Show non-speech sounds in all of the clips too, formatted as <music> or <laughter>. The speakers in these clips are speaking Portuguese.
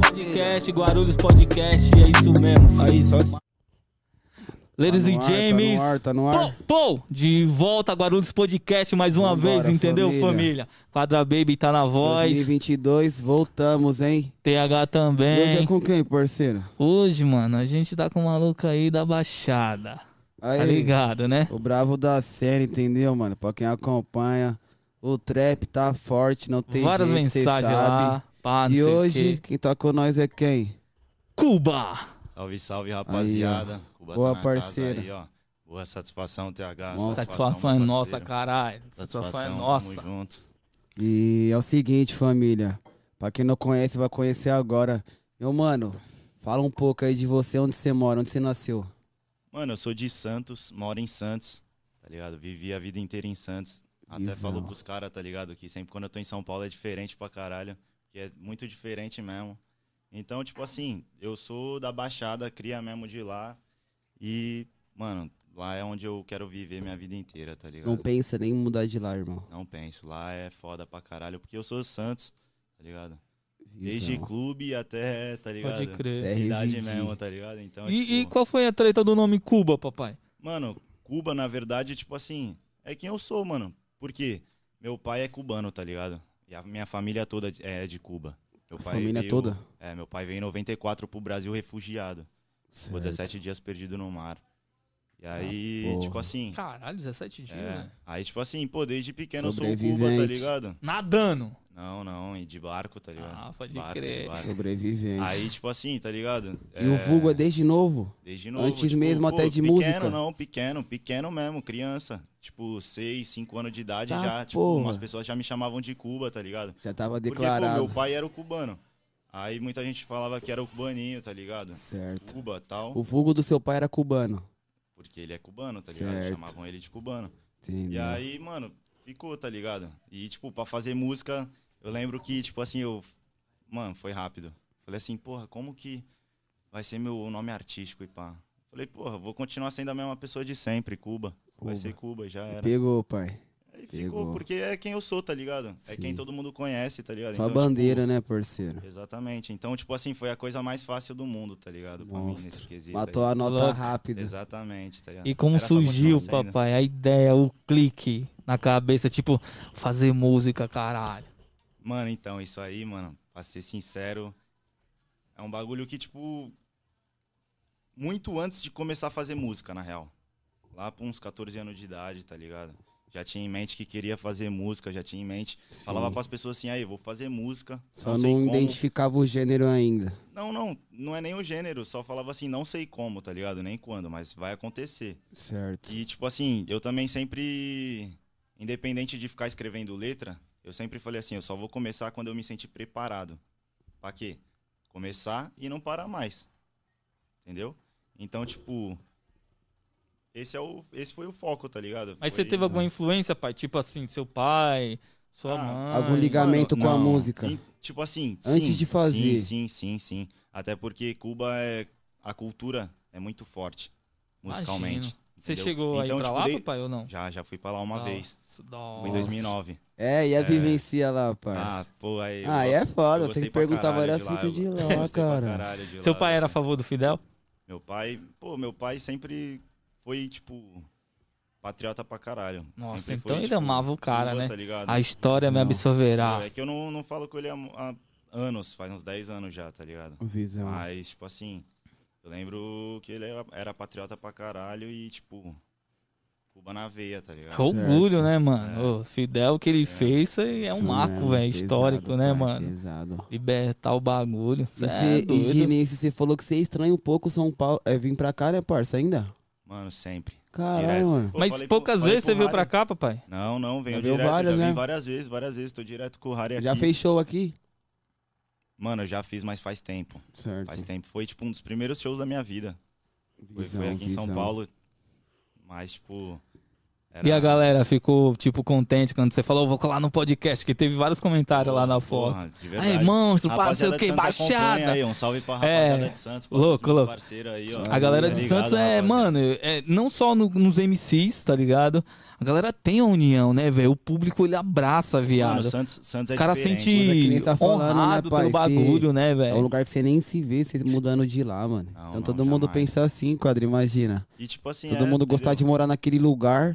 Podcast, Guarulhos Podcast, é isso mesmo. filho. Aí, só de... Ladies Tá no and ar, tá no James. ar, tá no ar. Pou, pou, de volta a Guarulhos Podcast mais uma Vambora, vez, entendeu, família. família? Quadra Baby tá na voz, 2022, voltamos, hein? TH E Hoje também. é com quem, parceiro? Hoje, mano, a gente tá com um maluco aí da Baixada. Aí, Tá ligado, né? O bravo da série, entendeu, mano? Pra quem acompanha, o trap tá forte, não tem Várias jeito, cê mensagens sabe. lá. Pá, não sei E o hoje, quê. quem tá com nós é quem? Cuba! Salve, salve, rapaziada. Cuba Boa na casa parceira. aí, ó. Boa satisfação, TH. Nossa. Satisfação é meu nossa, parceiro. caralho. Satisfação é Satisfação, nossa. Tamo junto. E é o seguinte, família. Pra quem não conhece, vai conhecer agora. Meu mano, fala um pouco aí de você, onde você mora, onde você nasceu. Mano, eu sou de Santos, moro em Santos, tá ligado? Vivi a vida inteira em Santos. Até Visão. falo pros caras, tá ligado? Que sempre quando eu tô em São Paulo é diferente pra caralho. Que é muito diferente mesmo. Então, tipo assim, eu sou da Baixada, cria mesmo de lá. E, mano, lá é onde eu quero viver minha vida inteira, tá ligado? Não pensa nem em mudar de lá, irmão. Não penso. Lá é foda pra caralho, porque eu sou Santos, tá ligado? Desde Visão. clube até, tá ligado? Pode crer. É Cidade residir. mesmo, tá ligado? Então, E, e tipo, qual foi a treta do nome Cuba, papai? Mano, Cuba, na verdade, tipo assim, é quem eu sou, mano. Porque meu pai é cubano, tá ligado? E a minha família toda é de Cuba. Meu A pai família veio- toda? É, meu pai veio em 94 pro Brasil refugiado. Ficou Certo. Tá, 17 dias perdido no mar. E aí, porra. tipo assim... Caralho, 17 dias, é, né? aí, tipo assim, pô, desde pequeno eu sou o Cuba, tá Sobrevivente. ligado? Nadando. Não, não, e de barco, tá ligado? Ah, pode Barco, crer. barco. Sobrevivente. Aí, tipo assim, tá ligado? E o É, vulgo é desde novo? desde novo. tipo, antes mesmo até de pequeno, música? não, pequeno, pequeno mesmo, criança. Tipo, 6, 5 anos de idade Tá, já, tipo, porra. umas pessoas já me chamavam de Cuba, tá ligado? Já tava Porque, pô, declarado. meu pai era o cubano. Aí muita gente falava que era o cubaninho, tá ligado? Certo. Cuba, tal. O vulgo do seu pai era cubano. Porque ele é cubano, tá ligado? Certo. Chamavam ele de cubano. Entendeu? E aí, mano, ficou, tá ligado? E, tipo, pra fazer música, eu lembro que, tipo assim, eu. Mano, foi rápido. Falei assim, porra, como que vai ser meu nome artístico e pá? Falei, porra, vou continuar sendo a mesma pessoa de sempre, Cuba. Cuba. Vai ser Cuba, já era. Então, Pegou, pai. Aí pegou. ficou, porque é quem eu sou, tá ligado? É Sim. quem todo mundo conhece, tá ligado? Só a Então, bandeira, né, parceiro? Tipo, exatamente. Então, tipo assim, foi a coisa mais fácil do mundo, tá ligado? Pra mim, nesse Monstro. quesito. Matou a nota Louco. rápido. Exatamente, tá ligado? E como Era só surgiu, continuar sendo. papai, a ideia, o clique na cabeça, tipo, fazer música, caralho. Mano, então, isso aí, mano, pra ser sincero, é um bagulho que, tipo. Muito antes de começar a fazer música, na real. Lá por uns 14 anos de idade, tá ligado? Já tinha em mente que queria fazer música, já tinha em mente. Sim. Falava pras pessoas assim, aí, vou fazer música. Só não não, sei como. identificava o gênero ainda. Não, não, não é nem o gênero, só falava assim, não sei como, tá ligado? Nem quando, mas vai acontecer. Certo. E, tipo assim, eu também sempre, independente de ficar escrevendo letra, eu sempre falei assim, eu só vou começar quando eu me sentir preparado. Pra quê? Começar e não parar mais. Entendeu? Então, tipo, esse, é o, esse foi o foco, tá ligado? Mas Foi- você teve alguma influência, pai? Tipo assim, seu pai, sua Ah, mãe. algum ligamento com a música. E, tipo assim, Antes sim, de fazer. Sim, sim, sim, sim. Até porque Cuba é. A cultura é muito forte, musicalmente. Imagino. Você entendeu? chegou aí Então, pra tipo, lá, de- papai, Ah. ou não? Já, já fui pra lá uma Não. vez. Foi em Nossa. 2009. É, e a É. vivencia lá, Ah, parça. pô, aí. eu Ah, aí gosto- é foda. Tem gostei que pra perguntar caralho várias de lá, fitas de eu lá, gostei pra cara. caralho de Seu lá, pai era a assim. favor do Fidel? Meu pai, pô, meu pai sempre foi, tipo, patriota pra caralho. Nossa, Sempre então ele amava o cara, Cuba, né? Tá ligado? A história me Não. absorverá. É que eu não, não falo com ele há, há anos, faz uns 10 anos já, tá ligado? Visão. Mas, tipo assim, eu lembro que ele era, era patriota pra caralho e, tipo, Cuba na veia, tá ligado? Que orgulho, Certo. né, É. mano? O Fidel, o que ele fez isso aí é um Isso marco, mesmo, velho, pesado, histórico, né, pai, mano? Pesado. Libertar o bagulho. E Cê cê- é e de doido. início você falou que você estranha um pouco São Paulo. É vir pra cá, né, parça, ainda? Mano, sempre. Caralho, Direto. mano. Pô, Mas falei pro- poucas falei vezes pro você veio pra Harry. cá, papai? Não, não, venho Já veio direto, várias, já né? vim várias vezes, várias vezes, tô direto com o Harry aqui. Já fez show aqui? Mano, eu já fiz, mas faz tempo. Certo. Faz tempo. Foi, tipo, um dos primeiros shows da minha vida. Foi, foi aqui em São Paulo. Mas, tipo, Era- E a galera ficou, tipo, contente quando você falou, vou colar no podcast, que teve vários comentários lá na foto. Porra, de verdade. Aí, monstro, pá, não sei Rapaziada o de que, Santos acompanha baixada. Aí, um salve pra É, rapaziada de Santos. pô, louco, os meus louco. parceiros aí, ó. A galera Tá de ligado, Santos é, rapaziada? mano, é, não só no- nos MCs, tá ligado? A galera tem a união, né, velho? O público ele abraça, Mano, viado. Santos, Santos Os é caras diferente. sentem Mas é que nem você tá falando, honrado né, pai? pelo bagulho, né, É velho? um lugar que você nem se vê, vocês mudando de lá, mano. Não, então não, todo mundo jamais. pensa assim, quadro, imagina. E tipo assim, todo é, mundo gostar de um- entendeu? morar naquele lugar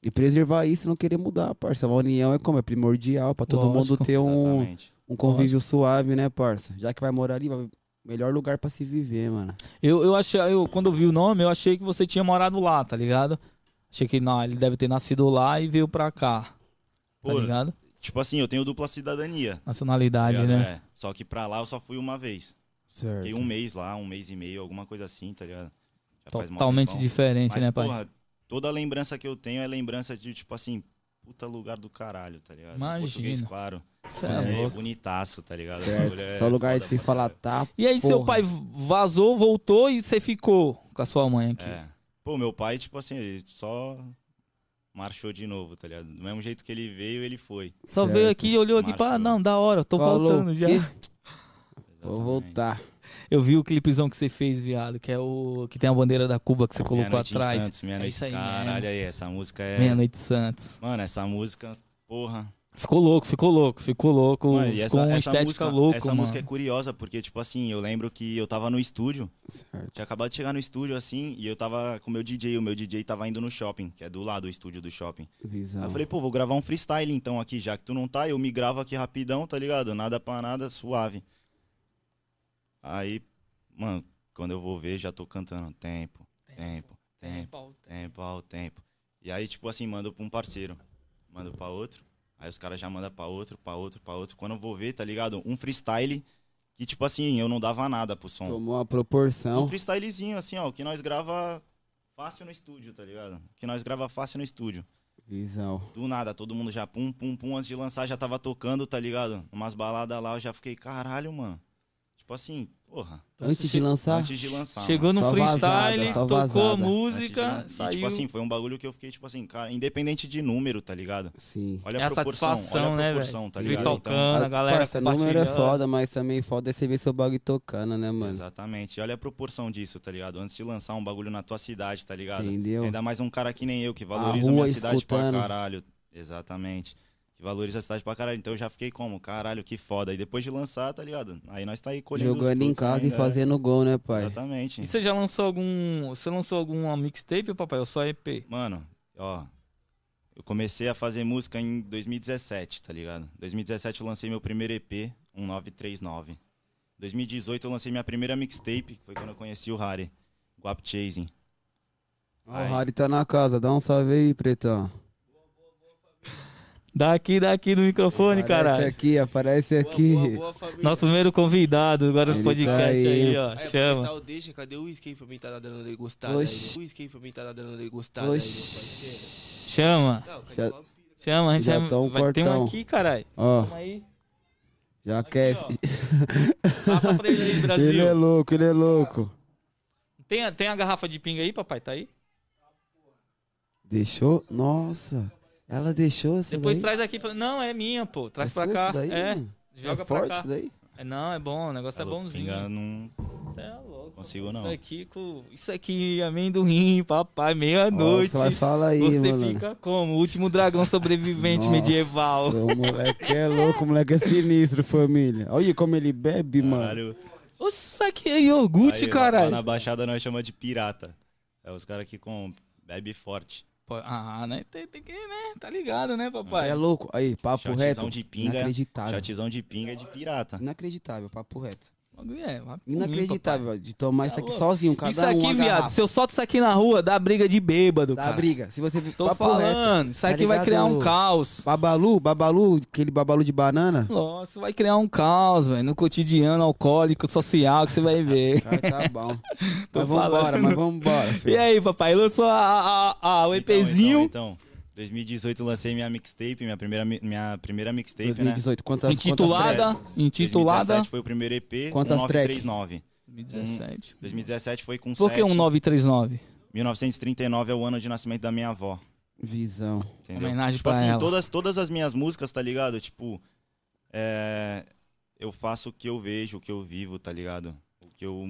e preservar isso e não querer mudar, parça. A união é como? É primordial pra todo Lógico. mundo ter um, Exatamente. um convívio suave, né, parça? Já que vai morar ali, vai- melhor lugar pra se viver, mano. Eu, eu achei, eu, quando eu vi o nome, eu achei que você tinha morado lá, tá ligado? Achei que, não, ele deve ter nascido lá e veio pra cá, tá Pô, ligado? Tipo assim, eu tenho dupla cidadania. Nacionalidade, ligado? né? É, Só que pra lá eu só fui uma vez. Certo. Fiquei um mês lá, um mês e meio, alguma coisa assim, tá ligado? Já faz mó Totalmente tempão. diferente, Mas, né, pai? porra, toda lembrança que eu tenho é lembrança de, tipo assim, puta lugar do caralho, tá ligado? Em Imagina. Português, claro. Cê é Mas louco. bonitaço, tá ligado? Esse Certo. bagulho é Só lugar foda de se pra falar, caralho. tá? E aí seu porra. pai vazou, voltou e você ficou com a sua mãe aqui. É. Pô, meu pai, tipo assim, ele só marchou de novo, tá ligado? Do mesmo jeito que ele veio, ele foi. Só Certo. veio aqui, olhou aqui, pá, Marchou. não, da hora, tô Falou, voltando já. quê? Vou Exatamente. voltar. Eu vi o clipezão que você fez, viado, que é o que tem a bandeira da Cuba que você Minha colocou É, noite em atrás. Santos, minha É noite, isso aí Caralho, mesmo. aí, essa música é... Meia Noite Santos. Mano, essa música, porra... Ficou louco, ficou louco, ficou louco. Mano, e ficou essa, uma essa estética música, louca, Essa mano. música é curiosa, porque, tipo assim, eu lembro que eu tava no estúdio, Certo. tinha acabado de chegar no estúdio, assim, e eu tava com o meu DJ, o meu DJ tava indo no shopping, que é do lado, o estúdio do shopping. Visão. Aí eu falei, pô, vou gravar um freestyle então aqui, já que tu não tá, eu me gravo aqui rapidão, tá ligado? Nada pra nada, suave. Aí, mano, quando eu vou ver, já tô cantando tempo, tempo, tempo, tempo ao tempo. E aí, tipo assim, mando pra um parceiro, mando pra outro, aí os caras já mandam pra outro, pra outro, pra outro. Quando eu vou ver, tá ligado? Um freestyle que, tipo assim, eu não dava nada pro som. Tomou uma Um proporção. freestylezinho, assim, ó, que nós grava fácil no estúdio, tá ligado? Que nós grava fácil no estúdio. Visão. Do nada, todo mundo já pum, pum, pum, antes de lançar já tava tocando, tá ligado? Umas baladas lá, eu já fiquei, caralho, mano. Tipo assim, porra, Antes de lançar. antes de lançar. Tá. Chegou mano. no Só freestyle, vazada, só tocou a vazada. música, Antes de lan- saiu. E, tipo assim, foi um bagulho que eu fiquei, tipo assim, cara, independente de número, tá ligado? Sim. Olha É a a proporção, satisfação, olha né, a proporção, tá velho? ligado? Vir tocando, a galera Parça, número é compartilhando. foda, mas também foda é você ver seu bagulho tocando, né, mano? exatamente. Olha a proporção disso, tá ligado? Antes de lançar um bagulho na tua cidade, tá ligado? Entendeu? Ainda mais um cara que nem eu, que valoriza a rua minha cidade escutando. pra caralho. Exatamente. Que valoriza a cidade pra caralho. Então eu já fiquei como? Caralho, que foda. E depois de lançar, tá ligado? Aí nós tá aí colhendo os Jogando em frutos casa e ainda, é. fazendo gol, né, pai? Exatamente. E você já lançou algum. Você lançou alguma mixtape, papai? Ou só EP? Mano, ó. Eu comecei a fazer música em 2017, tá ligado? 2017 eu lancei meu primeiro um EP, 1939. 2018 eu lancei minha primeira mixtape, que foi quando eu conheci o Harry, Guap Chasing. Ó, Aí. o Harry tá na casa, dá um salve aí, pretão. Daqui, daqui no microfone, Aparece caralho. aqui, aparece aqui. Boa, boa, boa, família. Nosso primeiro convidado agora no Ele podcast tá aí, aí. ó. Aí, chama. tá aproveitar o deixa, cadê o uísque aí pra mim tá dando de gostada? Oxi. Aí? O uísque aí pra mim tá dando de gostada? Oxi. Chama. Aí, meu parceiro? Não, cadê Já- o copo? Chama, a gente Já vai. tá um vai ter um cortão. aqui, caralho. Ó, Calma aí. já aquece. Passa pra ele aí, Ele é Brasil. louco, ele é louco. Tem, a- tem a garrafa de pinga aí, papai? Tá aí? Deixou? Nossa. Ela deixou essa Depois daí? traz aqui. Pra... Não, é minha, pô. Traz É pra sua cá. isso daí, é. mano? Joga é pra forte cá. isso daí? É, Não, é bom, o negócio é Alô, bonzinho. pinga, Tá não Você é louco. consigo Isso não. aqui, com... Isso aqui, amendoim, papai, meia-noite. Você vai falar aí, Você mano. fica como? O último dragão sobrevivente Nossa, medieval. O moleque é louco, o moleque é sinistro, família. Olha como ele bebe, mano. Caralho. Nossa, Isso aqui é iogurte, Aí, lá- lá Na caralho. Baixada nós chama de pirata. É os caras que com bebe forte. Pô, Ah, né? Tem, tem que, né? Tá ligado, né, Você papai? é louco? Aí, papo Shotzão reto. de pinga. Inacreditável. Chatizão de pinga é de pirata. Inacreditável, papo reto. O bagulho é uma pinga, Inacreditável, ó, de tomar isso aqui é louco. sozinho, papai. cada Isso um aqui, uma viado, garrafa. se eu solto isso aqui na rua, dá briga de bêbado, Dá cara. briga. Se você... Tô papo reto. falando, isso Tá aqui vai ligado? criar um caos. Babalu, babalu, aquele babalu <laughs> de banana. Nossa, vai criar um caos, velho, no cotidiano alcoólico, social, que você vai <laughs> ver. Ah, tá bom. Tô mas vambora, falando. mas vambora, E filho. aí, papai, lançou a, a, a- um o Então, EPzinho. Então, então, 2018 eu lancei minha mixtape, minha primeira, mi- minha primeira mixtape, né? 2018, quantas... intitulada, intitulada. 2017 foi o primeiro um EP, Quantas track? 1939. 2017. 2017 foi com Por que 7. um 939? 1939 é o ano de nascimento da minha avó. Visão. Entendeu? Homenagem tipo pra assim, ela. Todas, todas as minhas músicas, tá ligado? Tipo, é, eu faço o que eu vejo, o que eu vivo, tá ligado? O que eu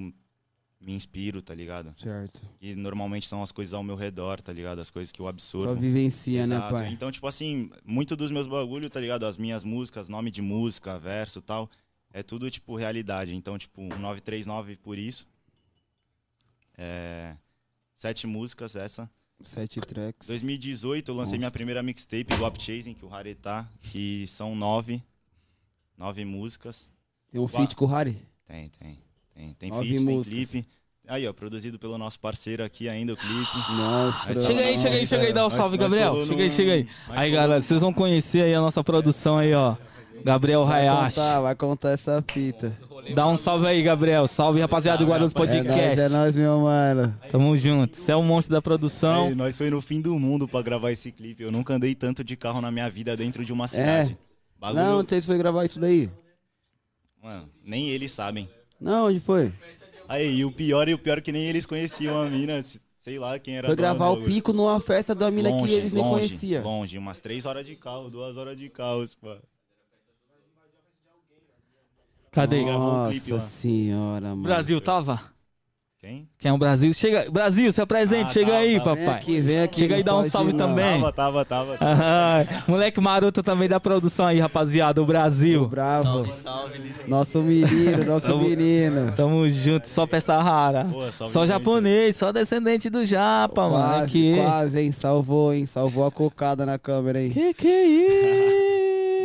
me inspiro, tá ligado? Certo. Que normalmente são as coisas ao meu redor, tá ligado? As coisas que eu absorvo. Só vivencia, né, Exato. pai? Então, tipo assim, muito dos meus bagulho, tá ligado? As minhas músicas, nome de música, verso e tal, é tudo, tipo, realidade. Então, tipo, um 939 por isso. É, Sete músicas, essa. Sete tracks. 2018 eu lancei Nossa. minha primeira mixtape, Guap Chasing, que o Haretá, que são nove. Nove músicas. Tem um feat com o Harry? Tem, tem. Tem, tem Nove feat, tem músicas. clipe. Aí, ó, produzido pelo nosso parceiro aqui ainda, o clipe. tá Monstro. Chega aí, chega aí, chega aí, dá um Nós- salve, nós Gabriel. colou Chega aí, num- chega um- aí. nós Aí, colou galera, vocês vão conhecer aí a nossa produção aí, ó. Gabriel Vai Hayashi. contar, vai contar essa fita. Dá um salve aí, Gabriel. Salve, rapaziada do Guarulhos É nóis, é Podcast. nóis, meu mano. Tamo junto. Você é o monstro da produção. Aí, nós foi no fim do mundo pra gravar esse clipe. Eu nunca andei tanto de carro na minha vida dentro de uma cidade. Bagulho, É. Não, não sei se foi gravar isso daí. mano, nem eles sabem. Não, onde foi? Aí, e o pior, e o pior é que nem eles conheciam a mina, se- sei lá quem era. Foi a dona gravar do o bagulho. pico numa festa da mina que eles nem longe, conheciam. Longe, umas três horas de carro, duas horas de carro, tipo, pá. Cadê? Gravou um clipe Nossa lá. senhora, mano. Brasil, tava? Quem? Quem é o Brasil? Chega, Brasil, se apresente. Ah, chega tá, aí, tá. Vem papai. aqui, vem aqui. Chega aí e não dá um pode salve ir, não. também. Tava, tava, tava. tava. Ah, <laughs> moleque maroto também da produção aí, rapaziada. O Brasil. Bravo. Salve, Lisa. Nosso menino, nosso Salve. menino. Tamo junto, só peça rara. Boa, salve Só demais, japonês, só descendente do Japa, mano. É Quase, que... quase, hein? Salvou, hein? Salvou a cocada na câmera, hein? que que é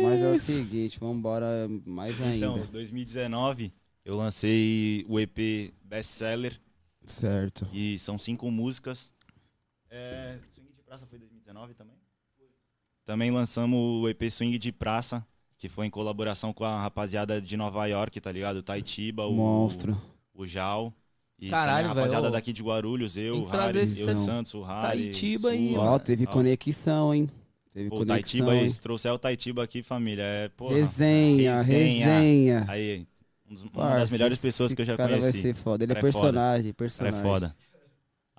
isso? <laughs> Mas é o assim, seguinte, vambora mais ainda. Então, 2019, eu lancei o EP Bestseller, certo. E são cinco músicas. É, Swing de Praça foi 2019 também? Também lançamos o EP Swing de Praça, que foi em colaboração com a rapaziada de Nova York, tá ligado? O Taitiba, o, Monstro. o Jal. E Caralho, também a rapaziada velho, ô. daqui de Guarulhos, Tem eu, o que trazer Harry, esse eu, São- Santos, o Harry. Taitiba aí, Sua. mano. Ó, teve Ó, conexão, hein? Teve Pô, o conexão. Taitiba, hein? eles trouxeram o Taitiba aqui, família. É, porra. Resenha, Resenha. resenha. Aí, um dos- uma das Parça, melhores pessoas esse que eu já cara conheci. vai ser foda. Ele é Cara é foda. personagem, Cara, é personagem. foda.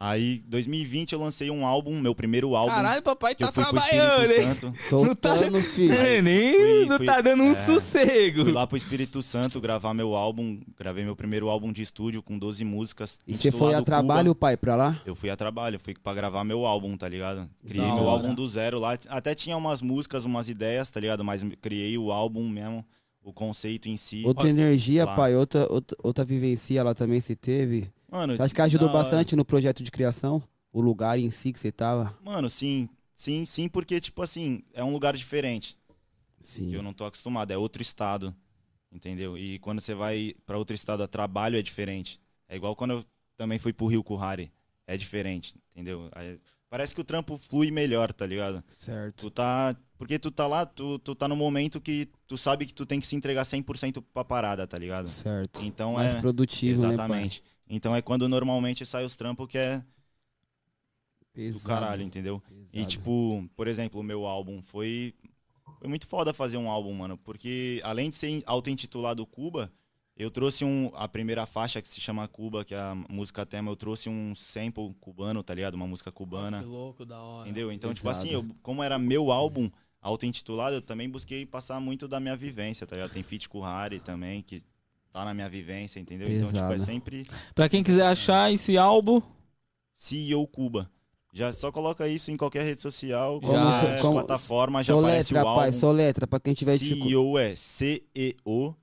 Aí, 2020, eu lancei um álbum, meu primeiro álbum. Caralho, papai que eu tá fui pro trabalhando, Espírito hein? Santo. Soltando, tá- filho. <laughs> Menino, fui- tá dando um é. Fui sossego. lá pro Espírito Santo gravar meu álbum. Gravei meu primeiro álbum de estúdio com 12 músicas. E você foi a intitulado trabalho, Cuba. pai, pra lá? Eu fui a trabalho, fui pra gravar meu álbum, tá ligado? Criei Da meu hora. álbum do zero lá. Até tinha umas músicas, umas ideias, tá ligado? Mas criei o álbum mesmo, o conceito em si. Outra energia, lá. pai, outra, outra, outra vivência ela também se teve. Mano, Você acha que ajudou da hora. bastante no projeto de criação? O lugar em si que você tava? Mano, sim. Sim, sim, porque, tipo assim, é um lugar diferente. que eu Sim. não tô acostumado, é outro estado, entendeu? E quando você vai pra outro estado a trabalho é diferente. É igual quando eu também fui pro Rio com o Harry, é diferente, entendeu? Aí, parece que o trampo flui melhor, tá ligado? Certo. Tu tá, porque tu tá lá, tu, tu tá no momento que tu sabe que tu tem que se entregar 100% pra parada, tá ligado? Certo. Então Mais é produtivo, né, pai? exatamente. então é quando normalmente sai os trampos que é do Pesado, caralho, entendeu? E pesado. tipo, por exemplo, o meu álbum foi foi muito foda fazer um álbum, mano, porque além de ser auto-intitulado Cuba, eu trouxe um a primeira faixa que se chama Cuba, que é a música tema, eu trouxe um sample cubano, tá ligado? Uma música cubana, louco, da hora. entendeu? Então, tipo Pesado. assim, eu, como era meu álbum auto-intitulado, eu também busquei passar muito da minha vivência, tá ligado? Tem feat com o Harry também, que tá na minha vivência, entendeu? Então, tipo, é Pesado. sempre Pra quem quiser É. achar esse álbum, CEO Cuba. Já só coloca isso em qualquer rede social, Como qualquer se- como- plataforma, já aparece o Soletra, álbum. pai, soletra, pra quem tiver tipo, dificuldade. CEO é CEO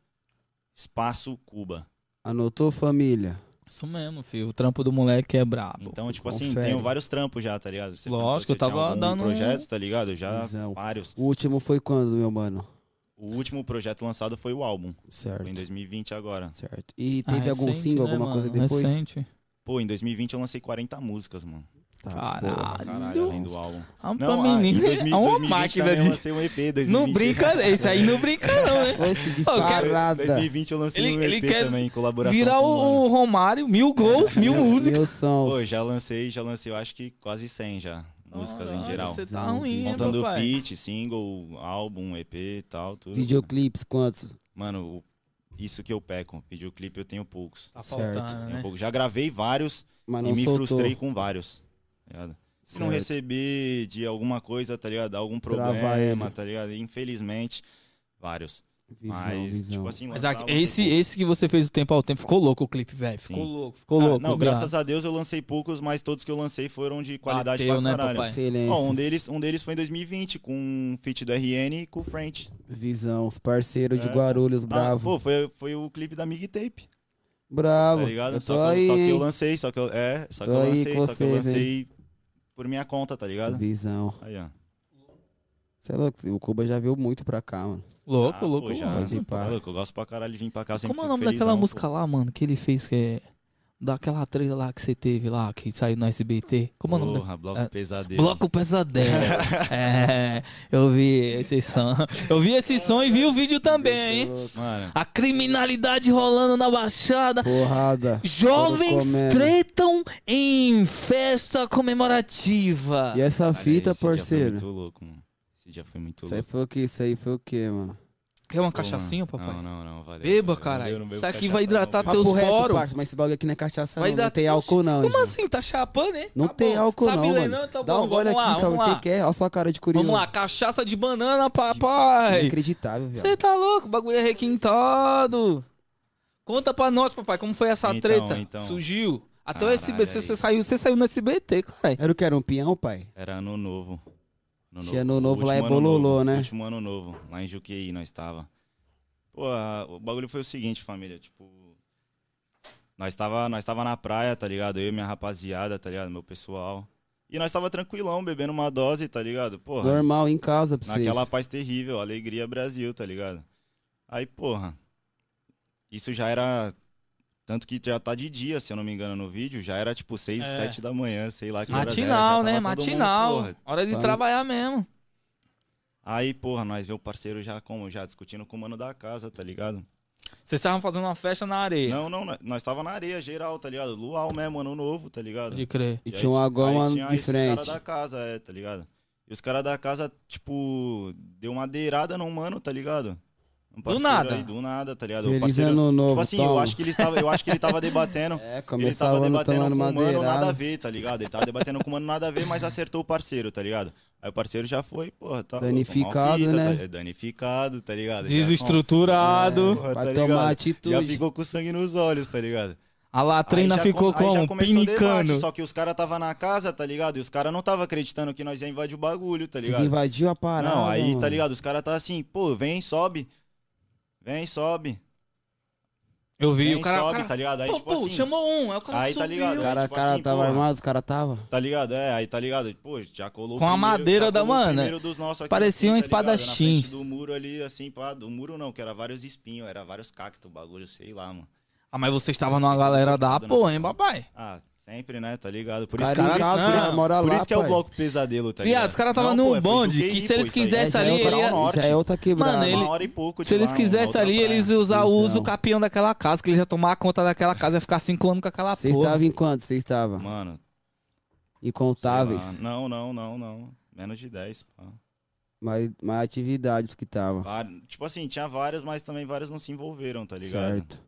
espaço Cuba. Anotou, família? isso mesmo, filho. O trampo do moleque é brabo. Então, tipo assim, Ah, confere. tenho vários trampos já, tá ligado? Você Lógico, perguntou se eu tava tinha dando um- algum projeto, tá ligado? Já Visão. vários. O último foi quando, meu mano? O último projeto lançado foi o álbum, foi em Certo. 2020 agora. Certo. E teve algum recente, single, né, alguma mano? coisa depois? Recente. Pô, em 2020 eu lancei 40 músicas, mano. Tá, Caralho. porra. Pra Caralho, além do Monstro. álbum. Ah, pra Não, ah, em menino, 2000, é uma 2020 máquina também eu de... lancei um EP, 2020. Não brinca, né? esse aí não brinca não, <laughs> né? Oxe, quero- disparada. 2020 eu lancei Ele- um ele EP quer também, em colaboração Virar com um É, o Mano. o, o Romário, mil gols, mil músicas. Meu sons. Pô, já lancei, já lancei, eu acho que quase 100 já, é, músicas em Caralho, geral. Você tá ruim, hein, Contando papai? feat, single, álbum, EP e tal, tudo. Videoclipes, quantos? Mano, o- isso que eu peco. Videoclipe eu tenho poucos. Tá Certo. faltando, Tenho né? poucos. Já gravei vários Mas É. e Ah, não me soltou. frustrei com vários. tá ligado? Se não Certo. receber de alguma coisa, tá ligado? Algum Trava problema, ele. tá ligado? Infelizmente, vários. Visão, Mas, visão. tipo assim, Mas lançar ah, você- esse, esse que você fez o tempo ao tempo, ficou louco o clipe, velho. Ficou Sim. louco, ficou Ah, louco. Não, viado. graças a Deus eu lancei poucos, mas todos que eu lancei foram de qualidade Bateu, pra né, caralho. papai? Excelência, Ó, um, deles, um deles foi em 2020, com um feat do RN e com o French. visão, os parceiros de É. Guarulhos, Ah, bravo. pô, foi, foi o clipe da Mig Tape. bravo. Tá ligado? eu só, tô que, aí, só que eu hein? lancei, só que eu. É, só Tô que eu aí lancei, com só que eu vocês, hein? lancei por minha conta, tá ligado? Visão. Aí, ó. Você é louco, o Cuba já veio muito pra cá, mano. Louco, Ah, louco. pô, já. louco. Pode ir, pá. Tá louco, eu gosto pra caralho de vir pra cá sempre. Como é o fico nome daquela felizão, pô. música lá, mano, que ele fez que é. Daquela trilha lá que você teve lá, que saiu no SBT. Como é o nome da... Porra, bloco É, pesadelo. Bloco Pesadelo. <laughs> é, eu vi esse som. Eu vi esse som e vi o vídeo também, hein? Mano, A criminalidade rolando na Baixada. <laughs> Porrada. Jovens é, né? comendo. tretam em festa comemorativa. é E essa cara, fita, esse dia foi parceiro? muito louco, mano. Esse dia foi muito Isso aí louco. foi o que? Isso aí foi o que, mano? Quer uma Pô, mano. cachaçinha, papai? Não, não, não, valeu. Beba, valeu. caralho. Eu não bebo Isso aqui cachaça, vai hidratar não, teus Papo bebo. reto, poros. parça, mas esse bagulho aqui não é cachaça, Vai não. dar- Não tem álcool, não, Como Gil. assim? Tá chapando, hein? Não Tá tem bom. álcool, Sabe não, ler, mano. Tá Dá bom, um gole vamos aqui, lá, só vamos você lá. quer. Olha só a cara de curioso. Vamos lá, cachaça de banana, papai. Inacreditável, velho. Você tá louco? O bagulho é requintado. Conta pra nós, papai, como foi essa Então, treta? então. Surgiu. Até o Caralho, SBT, você aí. saiu, você saiu no SBT, caralho. Era o que? Era um pinhão, pai? Era ano novo. Ano Tinha ano novo O lá em último ano novo, Bololô, né? Último ano novo, lá em Juqueí nós tava. Pô, a- o bagulho foi o seguinte, família, tipo... Nós tava, nós tava na praia, tá ligado? Eu e minha rapaziada, tá ligado? Meu pessoal. E nós tava tranquilão, bebendo uma dose, tá ligado? Porra, Normal, em casa, pra vocês. Naquela paz terrível, alegria Brasil, tá ligado? Aí, porra, isso já era. Tanto que já tá de dia, se eu não me engano, no vídeo. Já era tipo 6, É. 7 da manhã, sei lá que horas era, já Matinal, tava né? todo mundo, Matinal. porra. Hora de Vamos. trabalhar mesmo. Aí, porra, nós vê o parceiro já como? Já discutindo com o mano da casa, tá ligado? Vocês estavam fazendo uma festa na areia. Não, não, nós- nós tava na areia geral, tá ligado? Luau mesmo, ano novo, tá ligado? Pode crer. E aí tinha um agoma aí tinha de esses frente. caras da casa, é, tá ligado? E os caras da casa, tipo, deu uma deirada no mano, tá ligado? Um parceiro nada. aí, do nada, tá ligado? o Feliz parceiro, ano novo, tipo assim, eu toma. acho que ele tava, eu acho que ele <laughs> tava debatendo. É, ele tava começava ano debatendo com tomando o mano nada a madeira. ver, tá ligado? Ele tava debatendo com o mano nada a ver, mas acertou o parceiro, tá ligado? Aí o parceiro já foi, porra, tá louco, mal Danificado, fita, né? tá- é, danificado, tá ligado? Já- Desestruturado. É. Porra, Pra tá tomar ligado? Já atitude. ficou com sangue nos olhos, tá ligado? A latrina Aí já ficou um come- aí já como? começou o debate, Pinicando. Só que os caras tava na casa, tá ligado? E os caras não tava acreditando que nós ia invadir o bagulho, tá Vocês ligado? invadiu a parada. Não, aí mano. tá ligado? Os caras tá assim, pô, vem, sobe. Vem, sobe. Eu vi, Vem, o cara. o sobe, cara- tá ligado? Aí, Pô, tipo pô, assim, chamou um, aí o cara Aí tá subiu. ligado, Os caras tipo cara assim, tava porra. armado, os caras tava. tá ligado? É, aí tá ligado? Pô, já colou Com o a primeiro- madeira já da colou o mana. primeiro dos nossos aqui, Parecia assim, um tá ligado? espadachim. Na frente do muro ali, assim, pá, do muro não, que era vários espinhos, era vários cactos, bagulho, sei lá, mano. Ah, mas você estava numa galera da porra, hein, papai? Ah, sempre, né? Tá ligado? Por Os isso caras cara- em que casa, não, eles moram Por lá, isso que é o pai. bloco pesadelo, tá ligado? Viado, os caras tava Não, num pô, é, foi bonde Junqueí, que se pô, eles isso aí é quisessem ali, litoral ele ia- norte. Já é outra quebrada. Mano, ele- Uma hora e pouco de Se eles lá, é uma quisessem outra ali, praia. eles iam usar o Visão. uso capião daquela casa, que eles iam tomar conta daquela casa, ia ficar cinco anos com aquela Vocês porra. estavam em quanto? Vocês estavam? Mano, sei lá. Incontáveis. Não, não, não, não. Menos de 10. pá. Mas, mas atividades que tava. Vá- Tipo assim, tinha vários, mas também vários não se envolveram, tá ligado? Certo.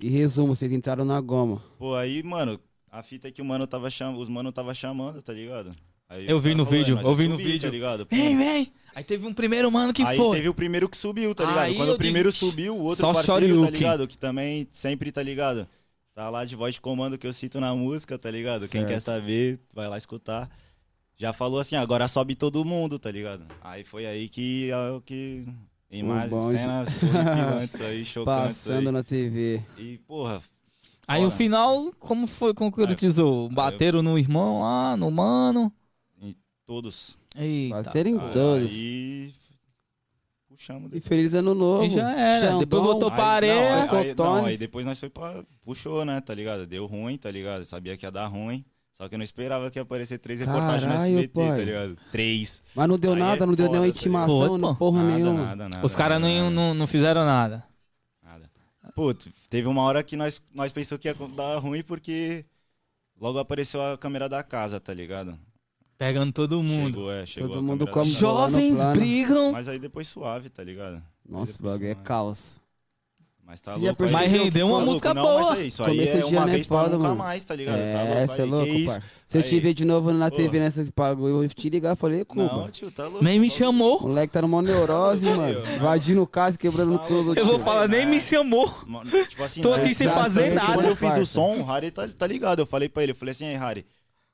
E resumo, vocês entraram na goma. Pô, aí, mano, a fita é que o mano tava chamando, os mano tava chamando, tá ligado? Aí Eu os vi cara no falou, vídeo, "É, mas eu vi no subi", vídeo. Tá ligado? Pô, Vem, vem! Aí teve um primeiro mano que aí foi. teve o primeiro que subiu, tá ligado? Aí Quando eu o primeiro digo, subiu, o outro só parceiro, tá Shoryuken. ligado? Que também sempre, tá ligado? Tá lá de voz de comando que eu cito na música, tá ligado? Quem quer Certo. saber, vai lá escutar. Já falou assim, agora sobe todo mundo, tá ligado? Aí foi aí que... ah, que... Imagens, bom, isso- cenas <laughs> horripilantes aí, chocantes Passando na TV. aí. E, porra, Aí o Bora. final, como foi? Concretizou? Bateram no irmão lá, no mano. todos. Eita. Bateram em todos. Aí... Puxamos E depois. feliz ano novo. E já era. Depois voltou Aí- pra areia. Não, aí, aí, Chocotone. não, aí depois nós foi pra... Puxou, né, tá ligado? Deu ruim, tá ligado? Sabia que ia dar ruim. Só que eu não esperava que ia aparecer três reportagens no Caralho, SBT, pai. tá ligado? Três. Mas não deu Aí nada, é não deu foda, nenhuma tá ligado? intimação, Foi, não pô. porra nada, nenhuma. nada, nada. Os caras nada, não, não, não fizeram nada. nada. Pô, t- teve uma hora que nós, nós pensou que ia dar ruim porque logo apareceu a câmera da casa, tá ligado? Pegando todo mundo. Chegou, é, chegou Todo a mundo câmera come- da- Jogou lá no Jovens plano. brigam. Mas aí depois suave, tá ligado? Nossa, o Depois bagulho é suave. caos. Mas tá Você já louco. aí. percebeu Mas que rendeu uma tá Tá música louco, boa. Não, mas é isso. Aí Começo é de uma ano é vez pra foda, nunca mano. mais, tá ligado? Tá É, louco cê é aí, que louco, isso? par. Se eu Aí. te ver de novo na Pô. TV nessas bagulho, eu vou te ligar, eu falei, "É Não, Cuba. tio, tá louco. Nem me tá chamou. Moleque tá numa neurose, mano. Não. Invadindo casa, quebrando Tá tudo. louco. Eu vou tio. falar, nem me chamou. louco. Mano, Tipo assim, Tô na- aqui sem fazer Exatamente, nada. Tipo, Quando eu fiz parça. o som, o Harry tá, tá ligado. Eu falei pra ele, eu falei assim, aí, Harry,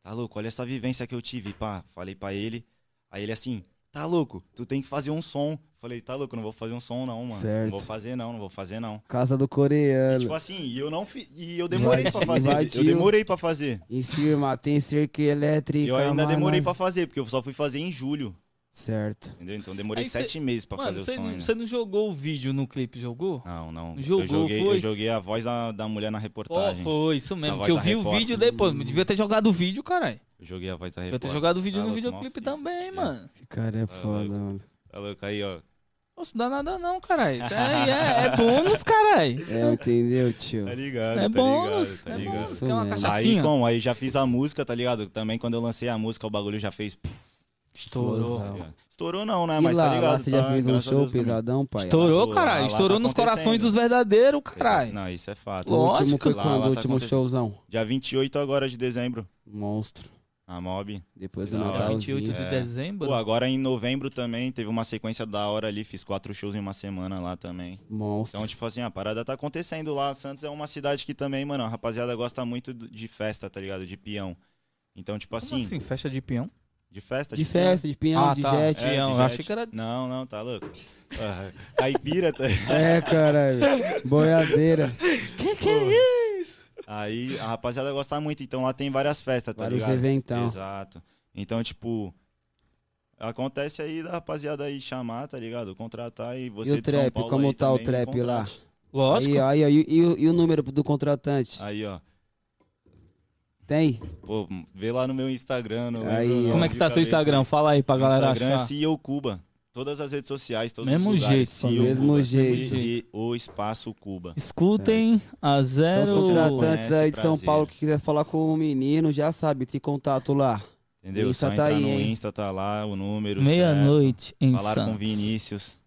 tá louco, olha essa vivência que eu tive, pá. Falei pra ele. Aí ele assim, tá louco, tu tem que fazer um som. Falei, tá louco, não vou fazer um som não, mano. Certo. Não vou fazer não, não vou fazer não. Casa do E, coreano. tipo assim, e eu não fi- E eu demorei pra Invadiu, fazer. invadiu. Eu demorei pra fazer. Em cima tem cerca elétrica. E eu ainda mas demorei pra nós- fazer, porque eu só fui fazer em julho, Certo. entendeu? Então demorei Aí cê- sete meses pra Mano, fazer você o som. não, ainda. você não jogou o vídeo no clipe, jogou? Não, não. Jogou, eu, joguei, foi? eu joguei a voz da, da mulher na Pô, reportagem. foi isso tá, Na mesmo. voz Que eu da vi o repórter. vídeo depois. Devia ter jogado o vídeo, caralho. Eu joguei a voz Devia da ter reportagem. jogado o vídeo Tá no louco, videoclipe mó fita, também, é. mano. Esse cara é foda, louco. mano. Tá louco aí, ó. Nossa, não dá nada não, caralho. Isso aí <laughs> é, é bônus, caralho. É, entendeu, tio? Tá ligado, É tá bônus. ligado, tá é ligado. bônus. Tem uma Isso mesmo. cachaçinha. Aí, como? Aí já fiz a música, tá ligado? Também quando eu lancei a música, o bagulho já fez. puf, Estourou. tá Não. ligado? Estourou não, né? E Mas lá, tá ligado. lá você já tá, fez um graças a show Deus, também. pesadão, pai? Estourou, Lá, caralho. lá Estourou tá nos corações acontecendo. dos verdadeiros, caralho. Não, isso é fato. O último Lógico. foi Lá, quando? lá o tá último acontecendo. showzão? Dia 28 agora de dezembro, Monstro. a Mob. Depois do Não, É. Dia Natal. 28 de dezembro. Pô, agora em novembro também teve uma sequência da hora ali, fiz quatro shows em uma semana lá também. Monstro. Então, tipo assim, a parada tá acontecendo lá. Santos é uma cidade que também, mano, a rapaziada gosta muito do- de festa, tá ligado? De peão. Então, tipo Como assim, assim, festa de peão? tá de festa, tipo, De festa, de pinhão, Ah, de tá. jet. É. peão, eu jet. achei que era- Não, não, tá louco. Ah, Caipira, tá... É, <laughs> caralho. Boiadeira. Que que é isso? Aí a rapaziada gosta muito, então lá tem várias festas, tá Vários ligado? eventão. Exato. Então, tipo, acontece aí da rapaziada aí chamar, tá ligado? Contratar e você E o de São trap, Paulo como aí tá o também trap lá? contrate. Lógico. Aí, aí, aí, e, o- e o número do contratante? Aí, ó. Tem? Pô, vê lá no meu Instagram. não lembro Aí, o ó. nome Como é que de tá seu cabeça. Instagram? Fala aí pra Meu galera Instagram é achar. CEO Cuba. Todas as redes sociais, todos Mesmo os lugares. jeito, CEO do mesmo Cuba. jeito. E o Espaço Cuba. Escutem a Então, os zero. contratantes Conhece, aí de São prazer. Paulo que quiser falar com o menino, já sabe, tem contato lá. Entendeu? Insta Só tá entrar aí, no hein? Insta, tá lá o número certo. Meia-noite em Falar Santos. com Vinícius.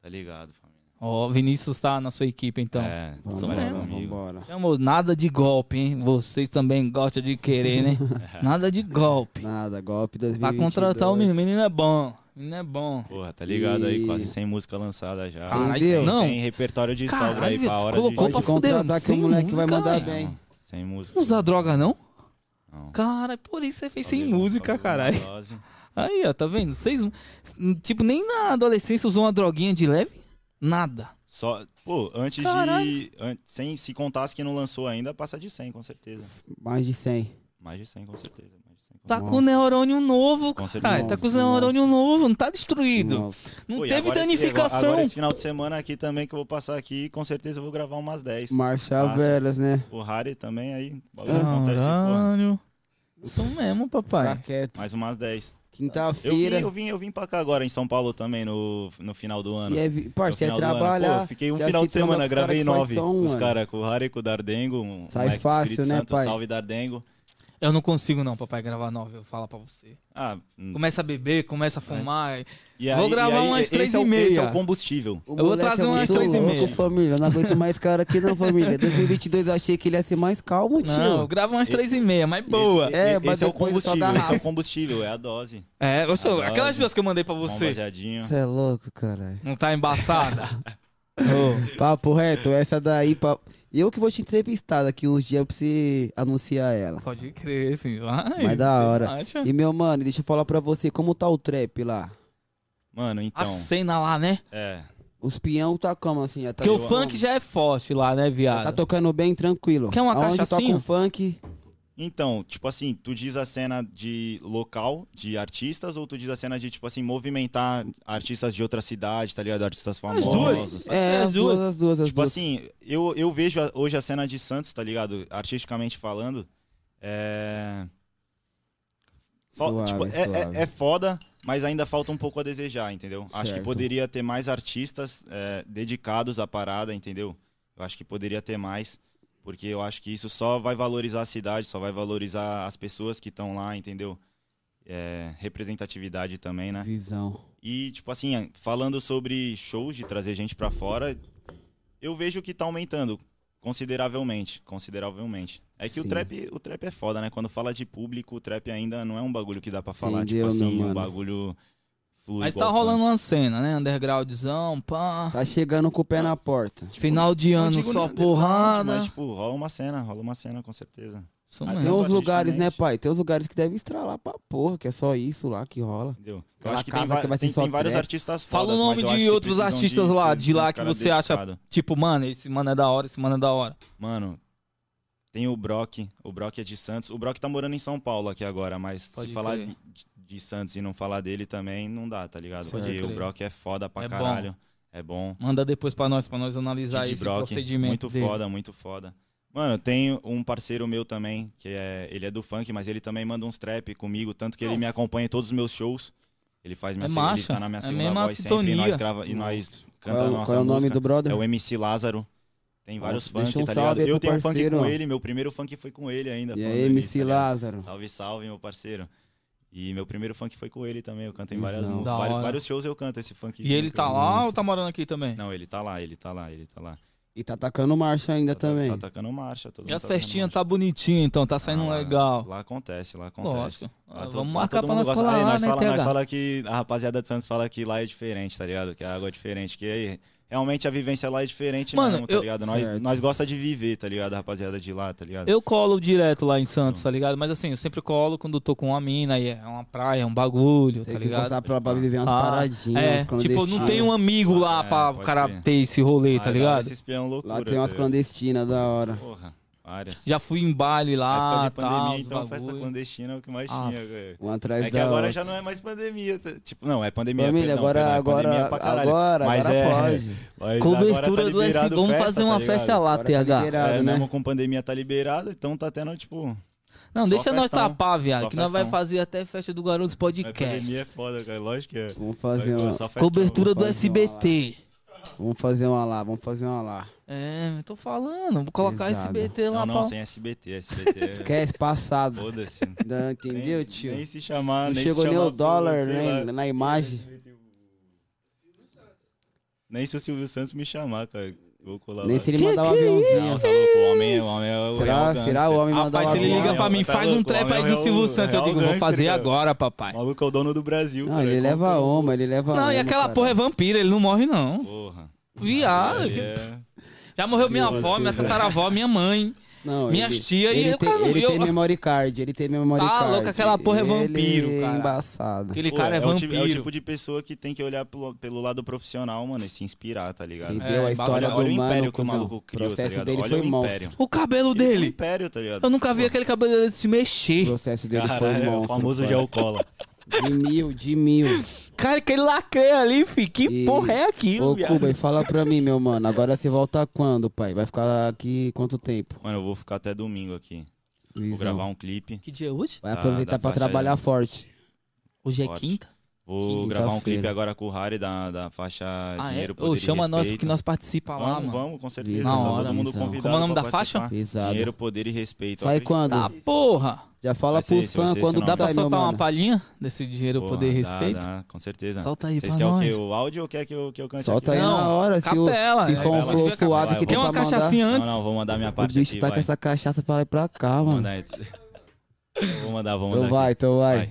Tá ligado, família. Ó, Vinícius tá na sua equipe, então. é, Isso vai Vambora, mesmo. comigo. vambora. Chamou nada de golpe, hein? Vocês também gostam de querer, né? <laughs> É. nada de golpe. Nada, golpe Pra 2022. contratar o menino, menino é bom. Menino é bom. Porra, tá ligado aí? E- Quase 100 música lançada já. Caralho, Entendeu? Tem- Não. Tem repertório de Caralho, sobra aí pra tu hora colocou de... pra Pode contratar fuder, que o sem moleque vai música, mandar velho. bem. Sem música. Não usa droga, não? Não. Cara, por isso você fez sem Talvez- música, talvez caralho. uma dose. Aí, ó, tá vendo? Vocês. Tipo, nem na adolescência usou uma droguinha de leve? Nada. Só, pô, antes Caralho. de... an- Sem, se contasse que não lançou ainda, passa de 100, com certeza. Mais de 100. Mais de 100, com certeza. Mais de 100, com Tá Nossa. com neurônio novo, Com certeza. cara. Tá com os Nossa, neurônio novo, não tá destruído. Nossa. Não Pô, e teve agora esse- danificação. agora esse final de semana aqui também que eu vou passar aqui, com certeza eu vou gravar umas 10. Marchar Massa. Veras, né? O Harry também aí, o bagulho acontece, porra. Caralho. Isso mesmo, papai. Ficar Tá quieto. Mais umas 10. Eu vim, Quinta-feira. eu vim, eu vim pra cá agora em São Paulo também no, no final do ano. E é, vi- No parça, é final do ano. trabalhar. Pô, eu fiquei um já final se de tromba com semana, os cara gravei que faz nove. som, os mano. caras com o Harry, com o Dardengo. Um Sai moleque do fácil, Espírito né, Santo, pai? Salve Dardengo. Eu não consigo não, papai, gravar nova, eu vou falar pra você. Ah, Começa a beber, começa a É. fumar. e Vou aí- gravar e aí, umas esse três é e o- meia. Esse é o combustível. O Eu vou moleque trazer é umas muito três e louco, meia. família. Eu não aguento mais cara aqui, não, família. <laughs> 2022 eu achei que ele ia ser mais calmo, tio. Não, eu gravo umas três e meia, mas boa. Esse, É, esse mas é o depois é só combustível, esse é garrafa. o combustível, é a dose. É, eu sou, Adoro. aquelas duas que eu mandei pra Um você. baseadinho. Você é louco, caralho. Não tá embaçada? <laughs> Ô, Papo reto, essa daí. pa- Eu que vou te entrevistar daqui uns dias pra você anunciar ela. pode crer, filho. Vai. Mas da hora. Acha? E meu mano, deixa eu falar pra você, como tá o trap lá? Mano, A então. cena lá, né? É. Os peão tá como assim? Já tá Porque o como? funk já é forte lá, né, Já tá viado? tocando bem tranquilo. Quer uma Aonde cachaçinha? toca o funk? Então, tipo assim, tu diz a cena de local, de artistas, ou tu diz a cena de, tipo assim, movimentar artistas de outra cidade, tá ligado? Artistas famosos. duas. Pode É, ser as as duas, duas. as duas, as Tipo duas. assim, eu, eu vejo a- hoje a cena de Santos, tá ligado? Artisticamente falando. É. fal- Suave, tipo, é- é- suave. é, foda, mas ainda falta um pouco a desejar, entendeu? Acho que Certo. poderia ter mais artistas é, dedicados à parada, entendeu? Eu acho que poderia ter mais. Porque eu acho que isso só vai valorizar a cidade, só vai valorizar as pessoas que estão lá, entendeu? É, representatividade também, né? Visão. E, tipo assim, falando sobre shows, de trazer gente pra fora, eu eu vejo que tá aumentando consideravelmente, consideravelmente. É que o Sim. trap, o trap é foda, né? Quando fala de público, o trap ainda não é um bagulho que dá pra falar, Entendeu, tipo assim, meu um mano? bagulho flui Mas tá igual rolando funk. uma cena, né? Undergroundzão, pá. Tá chegando com o pé na porta. Final de tipo, Não ano digo só nem underground, porrada. Mas tipo, rola uma cena, rola uma cena com certeza. Isso Ah, Tem mesmo. um- uns lugares, né, artisticamente. pai? Tem uns lugares que devem estralar pra porra, que é só isso lá que rola. Entendeu? Eu Aquela acho que tem, casa va- que vai ser tem, só tem vários trap. artistas Fala o fodas, nome mas eu de acho que outros precisam de- artistas lá, de uns lá que cara você acha- dedicado. Tipo, mano, esse mano é da hora, esse mano é da hora. Mano, tem o Brock. O Brock é de Santos. O Brock tá morando em São Paulo aqui agora, mas Pode se falar crer. de, de Santos e não falar dele também, não dá, tá ligado? Pode Porque crer. o Brock é foda pra É bom. caralho. É bom. Manda depois pra nós, pra nós analisar Kid esse Brock, procedimento. muito dele. foda, muito foda. Mano, tem um parceiro meu também, que é. Ele é do funk, mas ele também manda uns trap comigo, tanto que ele Nossa. me acompanha em todos os meus shows. Ele faz minha É segunda, ele marcha, tá na minha é segunda mesmo a voz sempre. E nós, sintonia. grava, e nós Qual, é cantamos o- nossa qual é o nome música. do brother? É o MC Lázaro. Tem vários Nossa, funk, deixa um tá salve ligado? aí Eu pro tenho funk parceiro, com ó. ele, meu primeiro funk foi com ele ainda. E falando aí, nisso, MC tá ligado? Lázaro. Salve, salve, meu parceiro. E meu primeiro funk foi com ele também. Eu canto em Isso, várias não. músicas. Da Vários, hora. vários shows eu canto esse funk. E ele que tá eu- lá Nossa. ou tá morando aqui também? Não, ele tá lá, ele tá lá, ele tá lá. E tá tacando marcha ainda Tá- também. Tá tacando marcha. Todo E mundo as tacando festinhas marcha. tá bonitinha, então, tá saindo Ah, lá- legal. Lá acontece, lá acontece. Lógico. Lá Ah, todo- Vamos lá marcar todo pra nós mundo gosta. colar Aí, lá, nós né, fala, nós PH? fala que a rapaziada de Santos fala que lá é diferente, tá ligado? Que a água é diferente, que aí, realmente a vivência lá é diferente Mano, mesmo, tá eu- ligado? Nós, Certo. nós gosta de viver, tá ligado? A rapaziada de lá, tá ligado? Eu colo direto lá em Santos, tá ligado? Mas assim, eu sempre colo quando tô com uma mina e é uma praia, é um bagulho, Tem tá que ligado? passar pra, pra viver umas Ah, paradinhas, É, umas tipo, clandestinas. não tem um amigo lá É, pra o pode cara crer. ter esse rolê, tá Aí, lá, ligado? Esses peão loucura, Lá tem umas tá ligado? clandestinas da hora. Porra, várias. Já fui em baile Na lá, época de pandemia, tal, os então festa bagulho. clandestina é o que mais Ah, tinha, velho. Um atrás É que da agora outra. já não é mais pandemia. tá- Tipo, não, é pandemia. Família, perdão, agora, perdão, é agora, pandemia pra caralho. agora, Mas agora é- pode. <laughs> Mas Cobertura agora tá do S. um, liberado Vamos festa, fazer uma tá festa ligado? lá, Agora tá TH. liberado, é, né? mesmo com pandemia tá liberado, então tá tendo, tipo. Não, Só deixa nós festão. tapar, viado, Só que nós vai festão. fazer até festa do Garotos mas Podcast. pandemia é foda, cara. Lógico que é. Vamos fazer Mas, pô, uma. só festão, Cobertura do Vamos fazer uma SBT. Vamos fazer uma lá, vamos fazer uma lá. É, eu tô falando, vou colocar Pesado. SBT lá Não, não, pra... sem SBT. SBT é. Esquece, passado. <laughs> Foda-se. Não, entendeu, Nem- tio? Nem se chamar, Não nem chegou se nem chamar o dólar né? porra, sei nem, lá. na imagem. Nem se o Silvio Santos me chamar, cara. Vou colar Nem lá. se ele Que- mandar o que Não, aviãozinho. tá louco. O homem, o homem é o Será, é será o homem mandar Rapaz, o se ele avião? liga pra mim, Tá faz um louco, trap o aí homem do é Silvio o- Santos. é Eu o digo, vou gangster, fazer cara. agora, papai. O maluco é o dono do Brasil. Não, cara. é? ele leva um. Compra- um. uma, ele leva Não, e uma, aquela cara. porra é vampira, ele não morre, não. Porra. Viado, Ele Ah, que- é- já morreu minha Sim, avó, sim, minha velho. tataravó, minha mãe. Não, Minhas ele- tia e ele eu, tem, cara, Ele eu- tem memory card, ele tem memory Tá card. louco, aquela porra é Ele vampiro, cara. embaçado. Aquele Pô, cara é, o vampiro. tipo- é o tipo de pessoa que tem que olhar pelo, pelo lado profissional, mano, e se inspirar, tá ligado? Entendeu? É, a história olha- do olha o mano, império que o cuzão. maluco criou, tá processo ligado? dele Olha foi o monstro. império. O cabelo Ele foi um dele. império, tá ligado? Eu nunca vi Pô, aquele cabelo dele se O mexer. processo dele caralho, foi é monstro. O famoso cara. Geocola. De mil, de mil. Cara, aquele lacre ali, fi. Que E- porra é aquilo, Ô, viado? Cuba, e fala pra mim, meu mano. Agora você volta quando, pai? Vai ficar aqui quanto tempo? Mano, eu vou ficar até domingo aqui. Vou Luizão? gravar um clipe. Que dia é hoje? Vai Tá, aproveitar da pra faixa trabalhar forte. Hoje é Forte. quinta? Vou gravar um Quinta-feira. clipe agora com o Harry da, da faixa Ah, é? Dinheiro, Poder Ô, e chama nós Respeito. que nós participa lá, Vamos, mano. vamos, com certeza. Na tá hora, todo mundo visão. convidado Como é o nome pra da faixa? participar. Pesado. Dinheiro, Poder e Respeito. Sai Acredito- quando? Tá, porra. Já fala Vai ser pros esse, vai fãs ser quando esse que Dá o pra sai, meu soltar uma mano. palhinha desse dinheiro, Porra, poder e dá, respeito? dá, com certeza. Solta aí Vocês pra querem o quê? nós. O áudio ou quer que eu, que eu cante Solta Tá aí aqui? Não, na hora, se, o, capela, se né? for Vai, um vai, flow vai. suave Vai, que tem Tem uma pra mandar. cachaçinha Não, antes. não, vou mandar minha O parte bicho aqui, tá vai. com essa cachaça pra lá e pra cá, Vou mano. mandar, <laughs> vou mandar, vou mandar Então aqui. vai, então vai.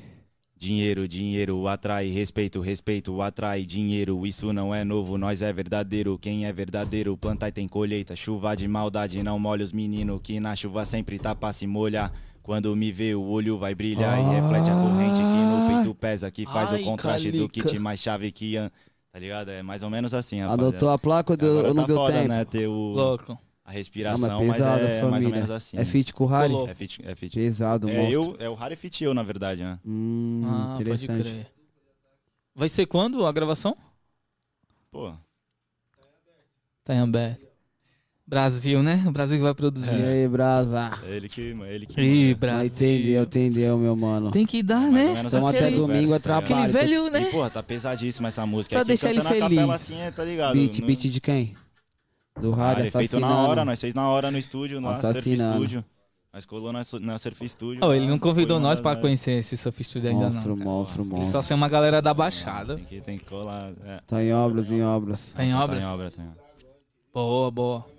Dinheiro, dinheiro atrai respeito, respeito atrai dinheiro. Isso não é novo, nós é verdadeiro. Quem é verdadeiro planta e tem colheita. Chuva de maldade, não molha os meninos que na chuva sempre tá pra se molhar. Quando me vê, o olho vai brilhar e reflete a corrente que no Ah. peito pesa, que faz Ai, o contraste do Calica. kit mais chave que. an- Tá ligado? É mais ou menos assim, rapaziada. Adotou a placa ou deu- Agora ou não tá deu foda, tempo? né? Ter o- Louco. a respiração, Ah, mas, mas pesado, é mais ou família. menos assim. É fit com o Rally? Colou. É fit, é fit. Pesado, É, monstro. eu, é o Harry e fit eu, na verdade, né? Hum, Ah, pode interessante. crer. Vai ser quando a gravação? Pô, Tá em aberto. Brasil, né? O Brasil que vai E produzir. aí, Brasa? é ele que. Ele que Ih, Mas Brasil. entendeu, entendeu, meu mano. Tem que dar, Mais ou né? menos Então assim, até né? domingo Parece, atrapalha. Aquele Vale, velho, tá ligado? E, né? porra, tá pesadíssima essa música. Pra aqui, deixar ele cantando na feliz. capela assim, é, tá ligado? Beat, No- beat de quem? Do Ah, rádio ele feito assassinando. na hora, nós fez na hora no estúdio, lá, Surf Assassinando. Estúdio. Nós colou na, su- na Surf Estúdio. Ô, lá, ele não convidou foi nós mandado, pra né? conhecer esse Surf Studio ainda Monstro, não. monstro, Ele só monstro. chama a galera da Tem Baixada. que, tem que colar. é. Tá em obras, em obras. Tá em Tá obras. Em obras, tá em obras. Boa, boa.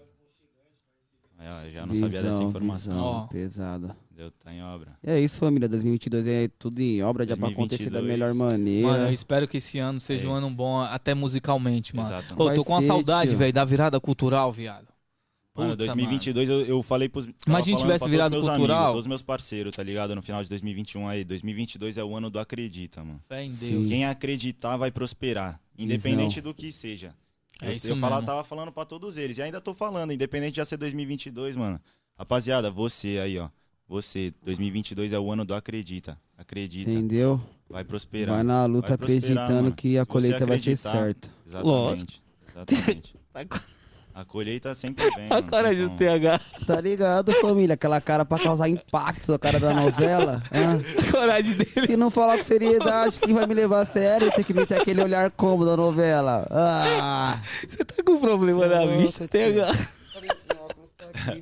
Aí, ó, eu já não sabia dessa Visão, informação. visão, Ó. Pesada. Deu tá em obra. E é isso, família. 2022 é tudo em obra, já pra acontecer da 2022. melhor maneira. Mano, eu espero que esse ano seja É. um ano bom, até musicalmente, mano. Exato. Pô, Vai tô com uma ser, saudade, tio. velho, da virada cultural, viado. Mano, Puta, 2022 Eu, eu falei pros. tava Imagina falando tivesse pra virado todos meus cultural. Amigos, todos meus parceiros, tá ligado? No final de 2021 aí. 2022 é o ano do acredita, mano. Fé em Deus. Sim. Então, Quem acreditar vai prosperar, independente do que seja. É eu, tá isso eu falava- mesmo. tava falando pra todos eles e ainda tô falando, independente de já ser 2022, mano. Rapaziada, você aí, ó. Você, 2022 é o ano do acredita. Acredita, Entendeu? vai prosperar. Vai na luta tá Vai prosperar, acreditando mano. que a Se você colheita vai ser acreditar, certa. Exatamente. Lógico. Exatamente. Tá com A colheita sempre vem. <laughs> a <laughs> mano, cara tem de como. TH. Tá ligado, família? Aquela cara pra causar impacto, a cara da novela. hã? A Tá coragem dele. Se não falar com seriedade, quem vai me levar a sério? Tem que meter aquele olhar como da novela. Ah! Você tá com problema Cê é na louco, vista, tio. TH.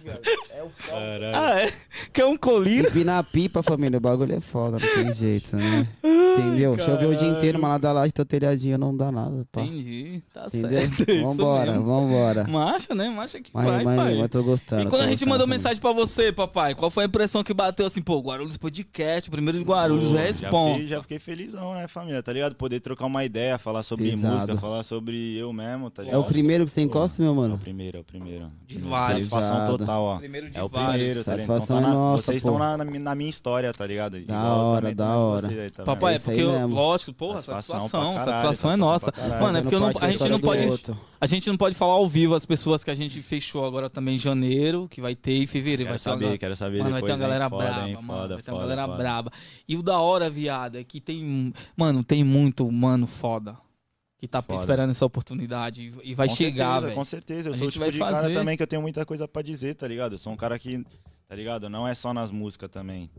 Caralho. Ah, é? Quer um colírio? Empinar a pipa, família, o bagulho é foda, não tem jeito, né? Entendeu? Choveu o dia inteiro, mas lá da laje, teu telhadinho não dá nada, pá. Entendi, tá Entendeu? certo. é isso Vambora, mesmo. vambora. Macha, né? Macha que Mas, vai, mas, pai. mas tô gostando. E tô quando a gente gostando mandou também. mensagem pra você, papai, qual foi a impressão que bateu assim, pô, Guarulhos Podcast, o primeiro de Guarulhos, é Pô, Já responsa. fiquei, já fiquei felizão, né, família? Tá ligado? Poder trocar uma ideia, falar sobre Pesado. música, falar sobre eu mesmo, tá É ligado? o primeiro que você encosta, meu É o mano? primeiro, é o primeiro. De vários. Satisfação Pesado. total, ó. Primeiro de É o vários. primeiro, tá ligado? Satisfação Então é tá na- nossa, Vocês pô. estão na, na mi- na minha história, tá ligado? Da Igual eu hora, também da tô na hora. vocês aí, tá vendo? Papai, é isso aí porque, eu- mesmo. lógico, porra, satisfação, Satisfação satisfação, pra caralho, é satisfação nossa. pra caralho. Mano, é Fazendo porque eu não- parte da a, gente história não do pode, outro. a gente não pode falar ao vivo as pessoas que a gente fechou agora também em janeiro, que vai ter em fevereiro. Quero Vai ter, uma, saber, ga- quero saber mano, vai depois. ter uma hein? galera Foda, braba, hein? mano, Foda, vai ter uma foda, galera foda. braba. E o da hora, viado, é que tem, mano, tem muito mano foda que tá Foda. esperando essa oportunidade e- e vai Com chegar, certeza, velho. Com certeza, eu A sou o gente tipo vai de fazer. cara também que eu tenho muita coisa pra dizer, tá ligado? Eu sou um cara que, tá ligado? Não é só nas músicas também.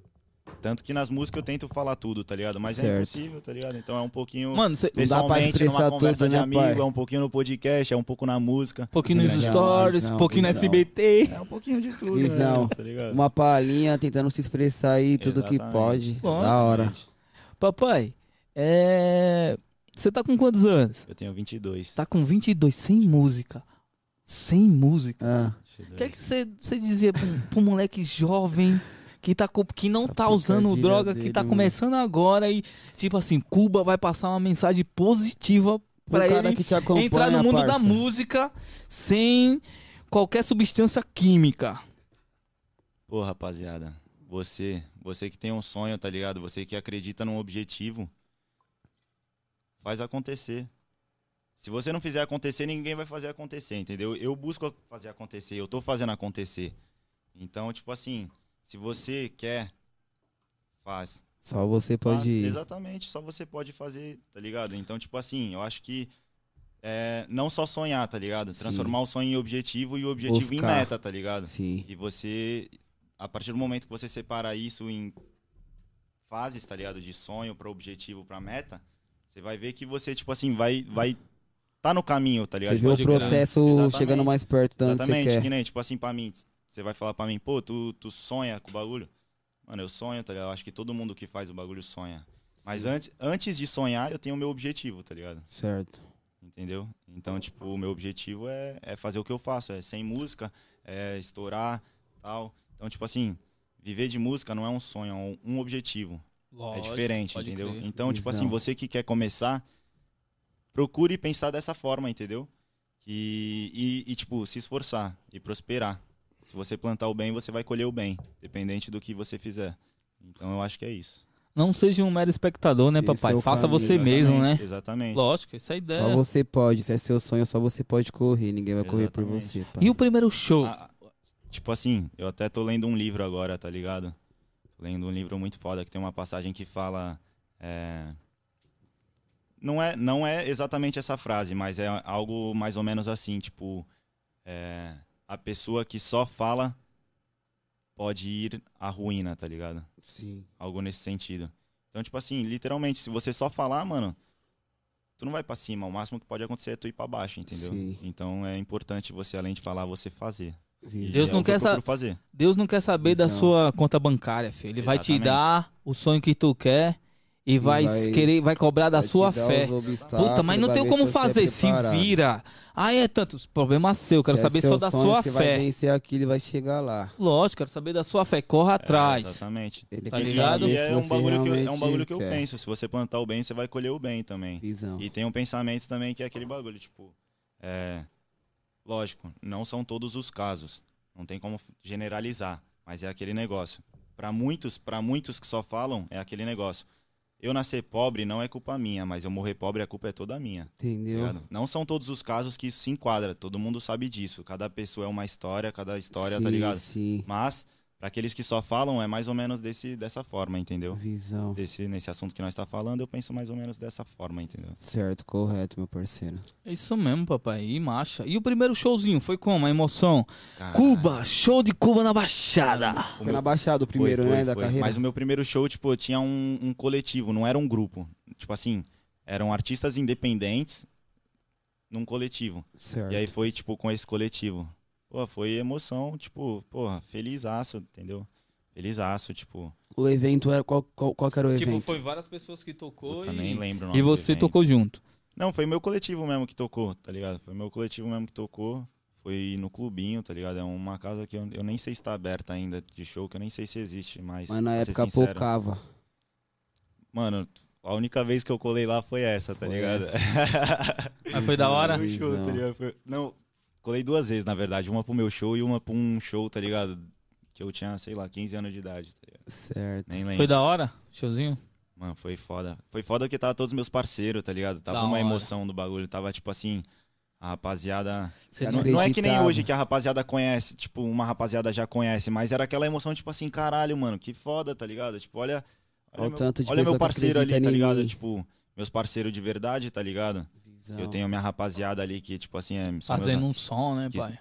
Tanto que nas músicas eu tento falar tudo, tá ligado? Mas é Certo. impossível, tá ligado? Então é um pouquinho. Mano, cê, dá pra pessoalmente, numa expressar conversa tudo, de né, amigo, pai? é um pouquinho no podcast, é um pouco na música. pouquinho nos Visão, stories, um visão, pouquinho no visão. SBT. É um pouquinho de tudo, Visão. né? Tá ligado? Uma palhinha, tentando se expressar aí, tudo que Exatamente. pode. Lógico. Da hora. Papai, é. Você tá com quantos anos? Eu tenho 22. Tá com 22, sem música. Sem música. Ah, O que é que você você dizia pro, pro moleque jovem que, tá, co- que não Essa tá usando picadilha droga, que dele, né? tá mano. começando agora e, tipo assim, Cuba vai passar uma mensagem positiva pra o cara ele que te acompanha, entrar no mundo da parça. música sem qualquer substância química? Pô, rapaziada, você, você que tem um sonho, tá ligado? Você que acredita num objetivo, faz acontecer. Se você não fizer acontecer, ninguém vai fazer acontecer, entendeu? Eu busco fazer acontecer, eu tô fazendo acontecer. Então, tipo assim, se você quer, faz. Só você Faz, pode ir. Exatamente, só você pode fazer, tá ligado? Então, tipo assim, eu acho que é, não só sonhar, tá ligado? Sim. Transformar o sonho em objetivo e o objetivo em Buscar. meta, tá ligado? Sim. E você, a partir do momento que você separa isso em fases, tá ligado? De sonho para objetivo, para meta, você vai ver que você, tipo assim, vai vai tá no caminho, tá ligado? Você vê o Pode crer. processo Exatamente. chegando mais perto da onde você Exatamente, quer. que nem, tipo assim, pra mim, você vai falar pra mim, pô, tu, tu sonha com o bagulho? Mano, eu sonho, tá ligado? Eu acho que todo mundo que faz o bagulho sonha. Mas antes, antes de sonhar, eu tenho o meu objetivo, tá ligado? Certo. Entendeu? Então, tipo, o meu objetivo é, é fazer o que eu faço, é sem música, é estourar, tal. Então, tipo assim, viver de música não é um sonho, é um, um objetivo. é diferente, pode entendeu? crer. Então, tipo assim, Visão. você que quer começar, procure pensar dessa forma, entendeu? Que, e, e, tipo, se esforçar e prosperar. Se você plantar o bem, você vai colher o bem, dependente do que você fizer. Então, eu acho que é isso. Não seja um mero espectador, né, Esse papai? é o Faça caminho, você mesmo, né? Exatamente, Exatamente. Lógico, essa é a ideia. Só você pode. Se é seu sonho, só você pode correr. Ninguém vai correr por Exatamente. você, pá. E o primeiro show? A- a- tipo assim, eu até tô lendo um livro agora, tá ligado? Tô lendo um livro muito foda que tem uma passagem que fala. é, Não, é, não é exatamente essa frase, mas é algo mais ou menos assim, tipo. é, A pessoa que só fala pode ir à ruína, tá ligado? Sim. Algo nesse sentido. Então, tipo assim, literalmente, se você só falar, mano, tu não vai pra cima. O máximo que pode acontecer é tu ir pra baixo, entendeu? Sim. Então é importante você, além de falar, você fazer. Visão. Deus E é não é o que quer eu essa- procuro fazer. Deus não quer saber da Visão. sua conta bancária, filho. Ele vai te Exatamente. dar o sonho que tu quer E vai, vai- querer, vai cobrar da Vai te sua dar fé. os obstáculos, Puta, mas não vai tem ver como se você é fazer. se preparado. vira. Aí é tanto. Problema seu. Quero Se é saber seu só da sonho, sua Você vai fé. vencer aquilo e vai chegar lá. Lógico, quero saber da sua fé. Corre É, atrás. exatamente. Ele Tá quer E- ligado? saber E se é um você bagulho, que eu, é um realmente bagulho que eu quer. penso. Se você plantar o bem, você vai colher o bem também. Visão. E tem um pensamento também que é aquele bagulho, tipo, é, lógico, não são todos os casos, não tem como generalizar, mas é aquele negócio. Pra muitos, para muitos que só falam, é aquele negócio. Eu nascer pobre não é culpa minha, mas eu morrer pobre a culpa é toda minha. Entendeu? Tá ligado? Não são todos os casos que isso se enquadra, todo mundo sabe disso. Cada pessoa é uma história, cada história, tá Sim, ligado? Sim, Mas pra aqueles que só falam é mais ou menos desse dessa forma, entendeu? visão. Desse, nesse assunto que nós tá falando, eu penso mais ou menos dessa forma, entendeu? Certo, correto, meu parceiro. É isso mesmo, papai. E marcha. E o primeiro showzinho foi como? A emoção? Caralho. Cuba, show de Cuba na Baixada. O Foi meu- na Baixada o primeiro, Foi, foi, né, da foi. carreira? Mas o meu primeiro show, tipo, eu tinha um, um coletivo, não era um grupo. Tipo assim, eram artistas independentes num coletivo. Certo. E aí foi, tipo, com esse coletivo. Pô, foi emoção, tipo, porra, felizaço, entendeu? Felizaço, tipo, O evento era... Qual, qual, qual que era o evento? Tipo, várias pessoas que tocou eu também lembro o nome E do você evento. tocou junto. Não, foi meu coletivo mesmo que tocou, tá ligado? Foi meu coletivo mesmo que tocou. Foi no clubinho, tá ligado? É uma casa que eu, eu nem sei se tá aberta ainda de show, que eu nem sei se existe mais. Mas na pra ser época sincero. poucava. Mano, a única vez que eu colei lá foi essa, tá Foi ligado? <laughs> essa. Mas foi da hora? Foi um show, tá ligado? Foi- Não, colei duas vezes, na verdade. Uma pro meu show e uma pra um show, tá ligado? Que eu tinha, sei lá, 15 anos de idade, tá ligado? Certo. Nem lembro. Foi da hora? Showzinho? Mano, foi foda. Foi foda que tava todos meus parceiros, tá ligado? Tava Da uma hora. emoção do bagulho. Tava tipo assim, a rapaziada. Você Não, não... Acredito. não é que nem acreditava. hoje que a rapaziada conhece, tipo, uma rapaziada já conhece, mas era aquela emoção, tipo assim, caralho, mano, que foda, tá ligado? Tipo, olha. Olha o tanto de olha pessoa meu que parceiro ali, acredita tá em ligado? mim. Tipo, meus parceiros de verdade, tá ligado? Visão. Eu tenho minha rapaziada ali que, tipo assim, é, são meus Fazendo um som, né, Que- pai?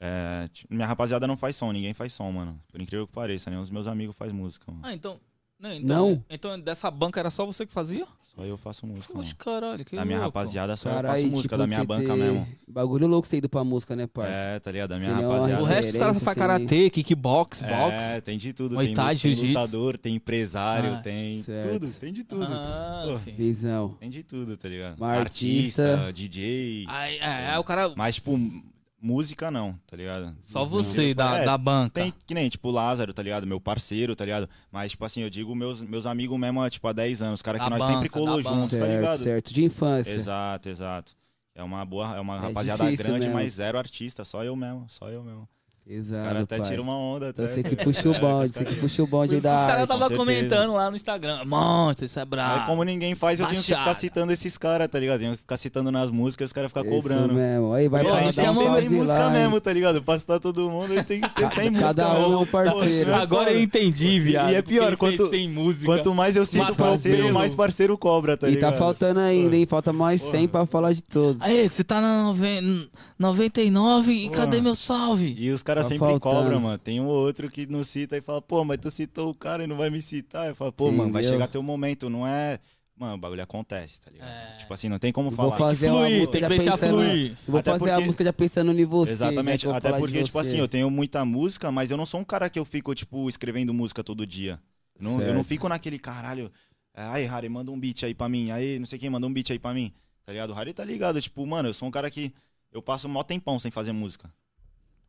é, ti- minha rapaziada não faz som, ninguém faz som, mano. Por incrível que pareça, nenhum dos meus amigos faz música, mano. Ah, então... Não, Não? então, então dessa banca era só você que fazia? Só eu faço música, mano. Oxe, caralho, que Da minha louco. rapaziada, só eu Carai, faço música, tipo, da minha você banca ter- mesmo. Bagulho louco você ido pra música, né, parça? É, tá ligado? Da Você minha não é uma rapaziada. O resto dos caras faz Referência, karatê, kickbox, box. É, tem de tudo. Muay tem, Thai, lu- tem jiu-jitsu. lutador, tem empresário, Ah, tem certo. tudo, tem de tudo. Ah, Pô. ok. Visão. Tem de tudo, tá ligado? Uma artista. DJ. Aí, é, aí o cara. Mas, tipo, m- música não, tá ligado? Só você da, É, da banca. Tem que nem, tipo, o Lázaro, tá ligado? Meu parceiro, tá ligado? Mas, tipo assim, eu digo meus, meus amigos mesmo, há, tipo, há 10 anos. Os caras que Da nós banca, sempre da colou banca. junto, tá Certo, ligado? certo. De infância. Exato, exato. É uma boa, é uma É rapaziada difícil grande, mesmo. mas zero artista, só eu mesmo, só eu mesmo. O Exato, cara até pai. tira um uma onda, tá É, até. Então você que puxa <laughs> o bonde, você que puxa o bonde aí da os caras arte. tava certeza. comentando lá no Instagram. Monstro, isso é Aí, brabo. como ninguém faz, eu tenho que Baixada. ficar citando esses caras, tá ligado? Tenho que ficar citando nas músicas e os caras ficam Isso Tá cobrando. mesmo. Aí vai Pô, pra não dar um chama salve nem lá, hein? tá ligado? Pra citar todo mundo, ele tem que ter Ca- Cada um é um parceiro. Pô, Agora eu entendi, viado. E é pior, porque ele fez quanto- Sem música. Quanto mais eu cito Mata o parceiro, pelo. mais parceiro cobra, tá e ligado? tá faltando ainda, hein? Falta mais 100 pra falar de todos. Aí, você tá na noven- 99 e Pô. cadê meu salve? E os caras Tá sempre faltando. cobram, mano. Tem um ou outro que não cita e fala, pô, mas tu citou o cara e não vai me citar. Eu falo, pô, mano, vai Entendeu? chegar teu momento, não é. Mano, o bagulho acontece, tá ligado? É. Tipo assim, não tem como Eu falar. vou fazer uma Fluir, música tem que já deixar pensando- fluir. Eu vou Até fazer a porque- música já pensando em você. Exatamente, já que eu vou até falar de porque, tipo você. assim, eu tenho muita música, mas eu não sou um cara que eu fico, tipo, escrevendo música todo dia. Eu não- eu não Certo. fico naquele caralho. é, Aí, Harry, manda um beat aí pra mim. Aí, não sei quem, manda um beat aí pra mim. Tá ligado? O Harry tá ligado. Tipo, mano, eu sou um cara que. Eu passo mó tempão sem fazer música.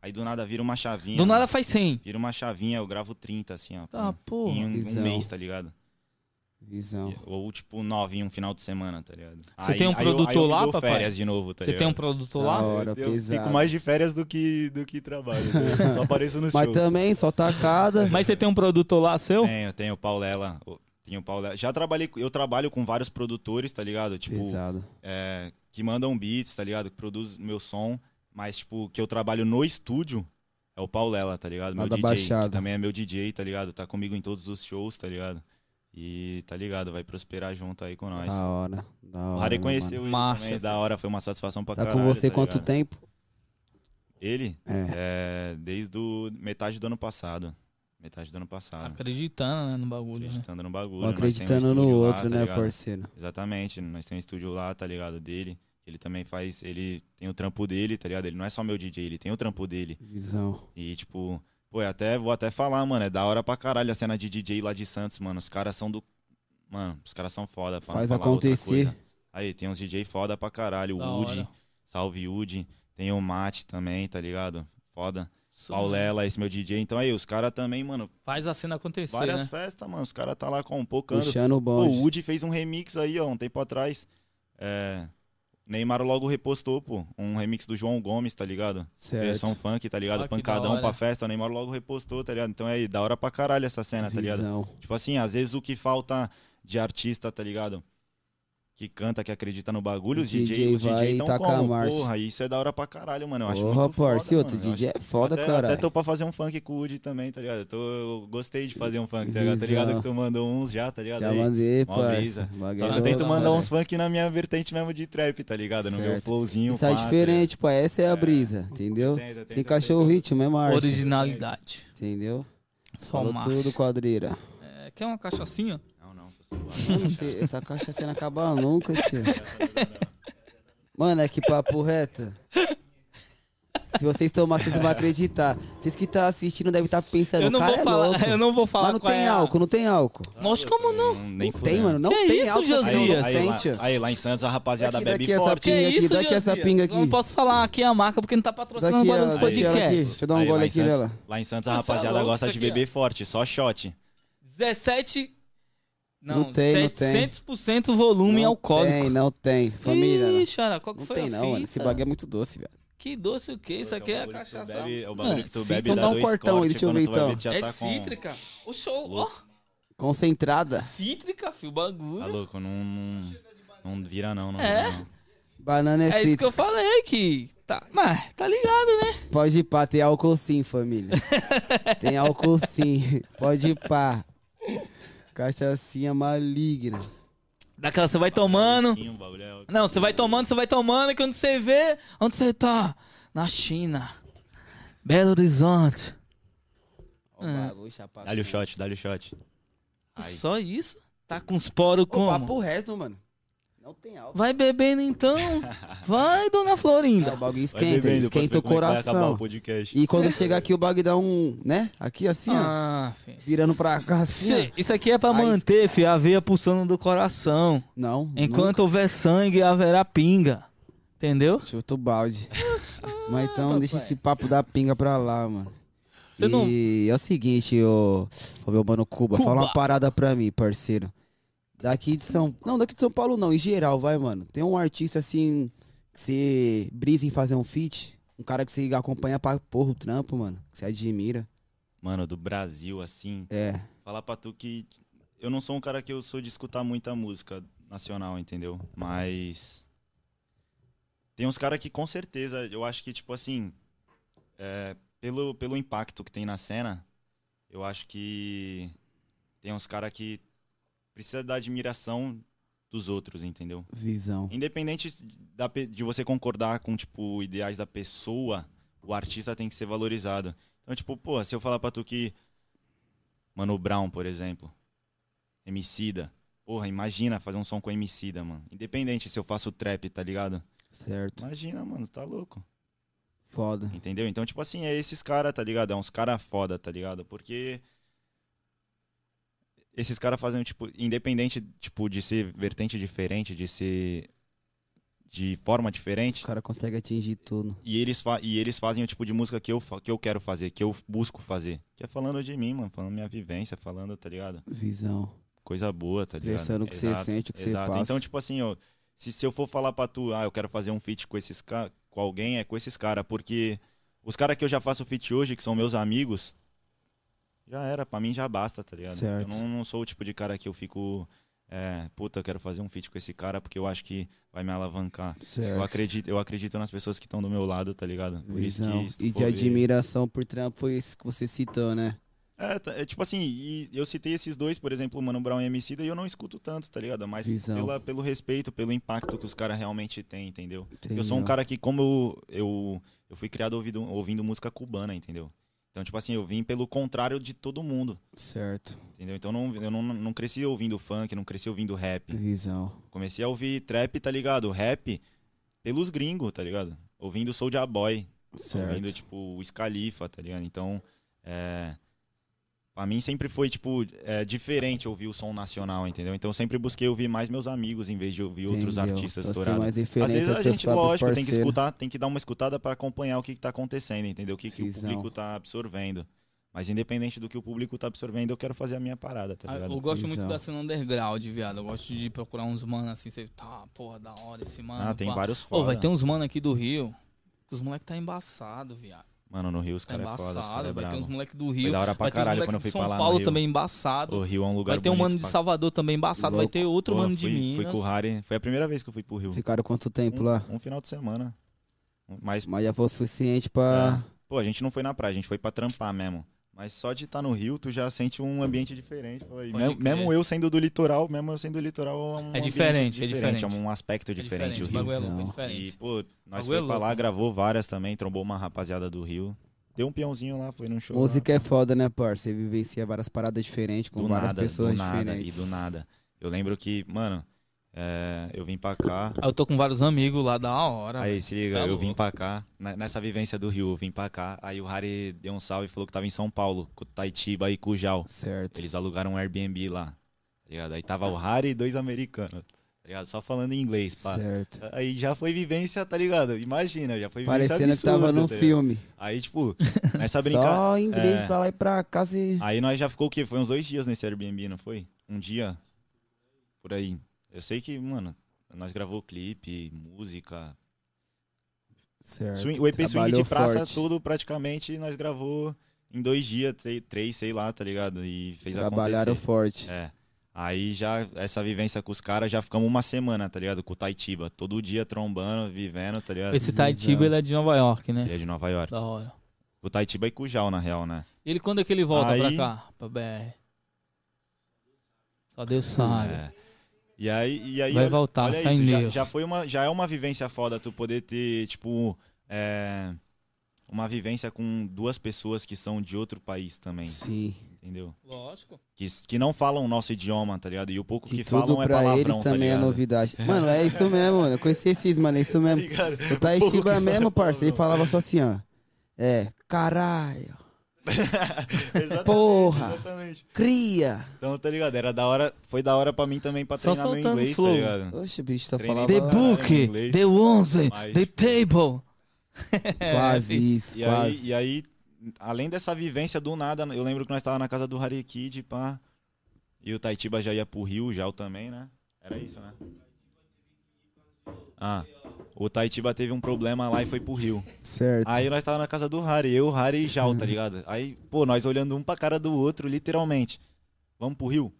Aí do nada vira uma chavinha. Do mano. nada faz 100. Vira uma chavinha, eu gravo 30, assim, ó. Tá, pô, porra. em um- um, Visão. mês, tá ligado? Visão. Ou tipo, nove em um final de semana, tá ligado? Você tem um eu- eu produtor me lá, dou papai? férias de novo, tá Você ligado? tem um produto Da lá? hora, eu pesado. fico mais de férias do que, do que <laughs> trabalho. viu? Só apareço no show. Mas tá- também, só tacada. Mas você tem um produto lá seu? Tenho, tenho Paulela. o- Tenho Paulela. Já trabalhei, com- eu trabalho com vários produtores, tá ligado? Tipo, Pesado. é, que mandam beats, tá ligado? Que produz meu som, mas tipo, que eu trabalho no estúdio é o Paulela, tá ligado? Lá Meu da DJ, Baixada. que também é meu DJ, tá ligado? Tá comigo em todos os shows, tá ligado? E tá ligado, vai prosperar junto aí com nós. Da hora. Da hora. o Harry meu conheceu mano. ele Marcha, também, da hora, foi uma satisfação pra Tá caralho. com você tá quanto ligado? tempo? Ele? É. É, desde o- metade do ano passado. Metade do ano passado. Tá Acreditando né, no bagulho. né? Acreditando no bagulho. Um nós temos um acreditando no estúdio lá, outro, tá né, ligado? parceiro? Exatamente, nós temos um estúdio lá, tá ligado? Dele. Ele também faz. Ele tem o trampo dele, tá ligado? Ele não é só meu DJ, ele tem o trampo dele. Visão. E, tipo, é pô, eu até vou até falar, mano. É da hora pra caralho a cena de DJ lá de Santos, mano. Os caras são do. Mano, os caras são foda, pra não Faz falar outra acontecer. coisa. Aí, tem uns DJ foda pra caralho. Da O Woody, hora. salve Woody. Tem o Mate também, tá ligado? Foda. Isso, Paulela, esse meu DJ. Então aí, os caras também, mano, Faz a cena acontecer, é, várias né? festas, mano. Os caras tá lá com um pouco Puxando o Pô, bonde. o Woody fez um remix aí, ó, um tempo atrás. É, Neymar logo repostou, pô. Um remix do João Gomes, tá ligado? Versão certo. funk, tá ligado? Ah, que da Pancadão hora. pra festa. O Neymar logo repostou, tá ligado? Então é da hora pra caralho essa cena, tá ligado? Visão. Tipo assim, às vezes o que falta de artista, tá ligado? Que canta, que acredita no bagulho, O os DJ, DJ os vai DJ tão tacar a como? marcha. Porra, isso é da hora pra caralho, mano. Eu acho Porra, muito foda, parceiro, mano. Eu DJ é foda, até, cara. Até tô pra fazer um funk com o Woody também, tá ligado? Eu, tô, eu gostei de fazer um funk, tá ligado? Tá ligado Visão. que tu mandou uns já, tá ligado? Já Aí, mandei, mó parça. brisa. Bagulho Só Obrigado, que da eu tento Olavo, hora, mandar velho. uns funk na minha vertente mesmo de trap, tá ligado? No meu Certo. flowzinho. Isso é pá, tá diferente, pô. Essa é a brisa, entendeu? ligado? Eu tento, eu tento, Você encaixou eu o tento. ritmo, é marcha. Originalidade. Entendeu? Só né? Falou marcha. tudo, quadrilha. É, quer uma cachaçinha? Não, não, tô suave. Mano, cê- essa caixa você não acaba nunca, tio. Mano, é que papo reto. Se vocês tomassem, vocês vão acreditar. Vocês que estão assistindo devem estar pensando, eu, não o cara vou é falar, louco. <laughs> eu não vou Mas falar não qual tem é a- álcool, não tem álcool. Mas como não? Não, Nem Não tem, fudendo. mano, não Que tem isso, álcool. essa Aí, Josias? porra, Dias. aí, tem, tio. lá, aí lá em Santos a rapaziada Daqui, bebe daqui, é essa forte. Que Pinga aqui, isso, dá aqui essa Josias? pinga aqui. Eu Não posso falar aqui a marca porque não tá patrocinando Daqui, o bagulho ó, desse daqui, ó, podcast. daqui. Deixa eu dar um Aí, lá gole em aqui Santos- nela. Lá em Santos a Isso é rapaziada louco, gosta isso de aqui, ó. beber forte, só shot. 17. Não, Não tem, não tem. 700% volume não alcoólico. tem, não tem. Família, Ih, xará, qual que não foi tem a não, mano. fita? Esse bagulho é muito doce, velho. Que doce o que? Isso aqui um é cachaça. É Então o Mano, bagulho que tu cítrica. bebe Então dá dá um dois cortão aí, corte, deixa eu quando ver, tu vai então. ver, tu já É tá com- cítrica. O show, Louco. ó. Concentrada. Cítrica, filho, Tá bagulho. louco, não... não- Não vira não, não. É? não. Banana é, É isso que cítrica. eu falei que Tá, mas tá ligado, né? Pode ir pá, tem álcool sim, família. tem álcool sim. Pode ir pá. Cachacinha maligna. Daquela você vai Ah, tomando. Risquinho, o bagulho é- Não, você vai tomando, você vai tomando, e quando você vê, onde você tá? Na China. Belo Horizonte. Ó, babu, chapa. Dá-lhe o shot, dá-lhe o shot. Ai. Só isso? Tá com os poros Ô, como? papo reto, mano. Não tem álcool. Vai bebendo <laughs> então. Vai, dona Ah, o Florinda. bagulho Vai esquenta, bebendo, pra tu esquenta ver o como é que vai acabar coração. o podcast. E quando chega aqui, o bagulho dá um, né? Aqui assim, ó. Ah, filho. Virando pra cá assim. ó. Isso- Isso aqui é pra Ai, manter, fi, a veia pulsando do coração. Não. Enquanto houver sangue, haverá pinga. Entendeu? nunca. Chuta o balde. Mas então deixa esse papo da pinga pra lá, mano. Você e não- é o seguinte, ô, ô meu mano Cuba, Cuba. fala uma parada pra mim, parceiro. Daqui de São... Não, daqui de São Paulo não, em geral, vai, mano. Tem um artista, assim, que você brisa em fazer um feat? Um cara que você acompanha pra porra o trampo, mano. Que você admira. Mano, do Brasil, assim, É, falar pra tu que eu não sou um cara que eu sou de escutar muita música nacional, entendeu? Mas tem uns caras que com certeza, eu acho que tipo assim, é, pelo pelo impacto que tem na cena, eu acho que tem uns caras que precisa da admiração dos outros, entendeu? visão. Independente da pe- de você concordar com, tipo, ideais da pessoa, o artista tem que ser valorizado. Então, tipo, pô, se eu falar pra tu que. Mano Brown, por exemplo. Emicida. Porra, imagina fazer um som com Emicida, mano. Independente se eu faço trap, tá ligado? Certo. Imagina, mano, tá louco. Foda. Entendeu? Então, tipo assim, é esses caras, tá ligado? É uns caras foda, tá ligado? Porque. Esses caras fazem, tipo, independente, tipo, de ser vertente diferente, de ser. de forma Os diferente. caras conseguem atingir tudo. E eles, fa- e eles fazem o tipo de música que eu, fa- que eu quero fazer, que eu busco fazer. Que é falando de mim, mano. Falando minha vivência, falando, tá ligado? Visão. coisa boa, tá ligado? Expressando o que você sente, o que você exato. passa. Então, tipo assim, eu, se, se eu for falar pra tu, ah, eu quero fazer um feat com esses ca- com alguém, é com esses caras, porque os caras que eu já faço feat hoje, que são meus amigos, já era, pra mim já basta, tá ligado? Certo. Eu não, não sou o tipo de cara que eu fico, é, puta, eu quero fazer um feat com esse cara porque eu acho que vai me alavancar. Certo. Eu acredito, eu acredito nas pessoas que estão do meu lado, tá ligado? Por isso que, Visão. se tu E de for ver- admiração por trampo foi esse que você citou, né? é, tá- é tipo assim, e eu citei esses dois, por exemplo, o Mano Brown e Emicida, e eu não escuto tanto, tá ligado? Mas Visão. pela, pelo respeito, pelo impacto que os caras realmente têm, entendeu? Eu sou um Entendeu? cara que, como eu, eu, eu fui criado ouvindo, ouvindo música cubana, entendeu? Então, tipo assim, eu vim pelo contrário de todo mundo, Certo. entendeu? Então, não, eu não, não cresci ouvindo funk, não cresci ouvindo rap. Visão. Comecei a ouvir trap, tá ligado? Rap pelos gringos, tá ligado? Ouvindo Soulja Boy, Certo. Ouvindo, tipo, o Scalifa, tá ligado? Então, é, Pra mim sempre foi, tipo, é, diferente ouvir o som nacional, entendeu? Então eu sempre busquei ouvir mais meus amigos em vez de ouvir outros Entendeu? artistas Então você estourados. Tem mais Às referência vezes a dos seus gente, próprios lógico, tem que parceiros. escutar, tem que dar uma escutada para acompanhar o que, que tá acontecendo, entendeu? O que, que o Visão. público tá absorvendo. Mas independente do que o público tá absorvendo, eu quero fazer a minha parada, tá Ah, ligado? Eu gosto muito Visão. da cena underground, viado. Eu gosto de procurar uns manos assim, você tá, porra, da hora esse mano. Ah, tem pá. vários Ô, foda. vai ter um uns mano aqui do Rio. que Os moleque tá embaçado, viado. Mano, no Rio os Tá caras é foda, os caras embaçado. é vai ter uns bravo. moleque do Foi Rio. da hora pra Vai ter uns caralho moleque quando eu de fui São pra lá Paulo no Rio. também embaçado. O Rio é um lugar Vai ter um mano bonito de pra- Salvador também embaçado. Vai Louco. ter outro Pô, mano de fui- Minas. Fui com o Harry. Foi a primeira vez que eu fui pro Rio. Ficaram quanto tempo lá? Um, um final de semana. Um- Mas, Mas já foi o suficiente pra. pô, a gente não foi na praia, a gente foi pra trampar mesmo. Mas só de estar no Rio, tu já sente um ambiente diferente. fala aí. Pode Mesmo, crer. mesmo eu sendo do litoral, mesmo eu sendo do litoral, é um ambiente diferente, é diferente. É um aspecto É diferente, o o bagulho Rio. é louco, é Visão. diferente. E, pô, Bagulho nós foi é pra louco, lá, mano. gravou várias também, trombou uma rapaziada do Rio. Deu um peãozinho lá, foi num show. lá. Música é foda, né, parça? Você vivencia várias paradas diferentes, com do várias nada, pessoas do nada, diferentes. E do nada. Eu lembro que, mano, é, eu vim pra cá. Ah, Eu tô com vários amigos lá da Tá hora. Aí, velho. se Cê liga, é eu louco. vim pra cá, ne- nessa vivência do Rio, eu vim pra cá. Aí o Harry deu um salve e falou que tava em São Paulo, com Taitiba e Cujal. Certo. Eles alugaram um Airbnb lá, tá ligado? Aí tava o Harry e dois americanos, tá ligado? Só falando em inglês, pá. Certo. Aí já foi vivência, tá ligado? Imagina, já foi vivência Parecendo que tava absurda, num É um tá ligado? filme. Aí, tipo, nessa brincadeira... <laughs> Só inglês é. pra lá e pra casa e. Aí nós já ficou o quê? Foi uns dois dias nesse Airbnb, não foi? Um dia? Por aí. Eu sei que, mano, nós gravou clipe, música, Certo. Swing- o EP Swing Trabalhou de Praça, forte. tudo praticamente nós gravou em dois dias, sei- três, sei lá, tá ligado? E fez Trabalharam acontecer. forte. É. Aí já, essa vivência com os caras, já ficamos uma semana, tá ligado? Com o Taitiba. Todo dia trombando, vivendo, tá ligado? Esse Taitiba, ele é de Nova York, né? Ele é de Nova York. Da hora. O Taitiba e Cujal, na real, né? Ele, quando é que ele volta pra Aí- cá? Pra BR? Só Deus sabe. É. E aí, e aí Vai olha- voltar, olha fé isso, em já, Deus. já foi uma, já é uma vivência foda tu poder ter, tipo, é, uma vivência com duas pessoas que são de outro país também, Sim. entendeu? Lógico. Que, que não falam o nosso idioma, tá ligado? E o pouco E que tudo falam é pra palavrão, eles tá também é ligado? novidade. Mano, é isso mesmo, mano. Eu conheci esses, mano, é isso <laughs> Tá mesmo. ligado? <laughs> O Taishiba mesmo, parça, ele falava só assim, ó. É, caralho, Exatamente, Porra! Exatamente. cria. Então, tá ligado? Era da hora, foi da hora pra mim também pra Só treinar meu soltando inglês, flow. tá ligado? Oxe, bicho, tá Treinei falando The pra palavra. caralho book, em inglês, the onze, mas, the tipo, table. Quase isso, É, E quase. aí, e aí, além dessa vivência do nada, eu lembro que nós tava na casa do Harry Kid, pá. E o Taitiba já ia pro Rio, já o também, né? Era isso, né? Ah, o Taitiba teve um problema lá e foi pro Rio. Certo. Aí nós tava na casa do Harry, eu, Harry e Jal, tá ligado? Aí, pô, nós olhando um pra cara do outro, literalmente. Vamos pro Rio?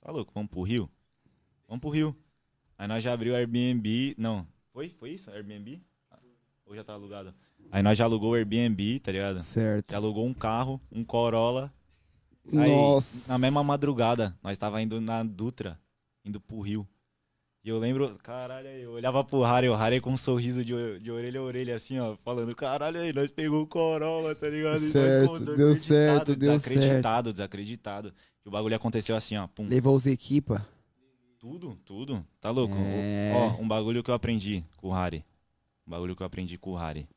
Tá louco, vamos pro Rio? Vamos pro Rio. Aí nós já abriu o Airbnb. Não, foi? Foi isso? Airbnb? Ou já tá alugado? Aí nós já alugou o Airbnb, tá ligado? certo. Já alugou um carro, um Corolla. Aí, Nossa. Na mesma madrugada, nós tava indo na Dutra, indo pro Rio. E eu lembro, caralho, aí, eu olhava pro Harry, o Harry com um sorriso de, o- de orelha a orelha, assim, ó, falando, caralho, aí, nós pegou o Corolla, tá ligado? E nós Certo, com- deu certo, deu Desacreditado, desacreditado. Que o bagulho aconteceu assim, ó, pum. Levou os equipa. Tudo, tudo. Tá louco? É. Ó, um bagulho que eu aprendi com o Harry. Um bagulho que eu aprendi com o Harry.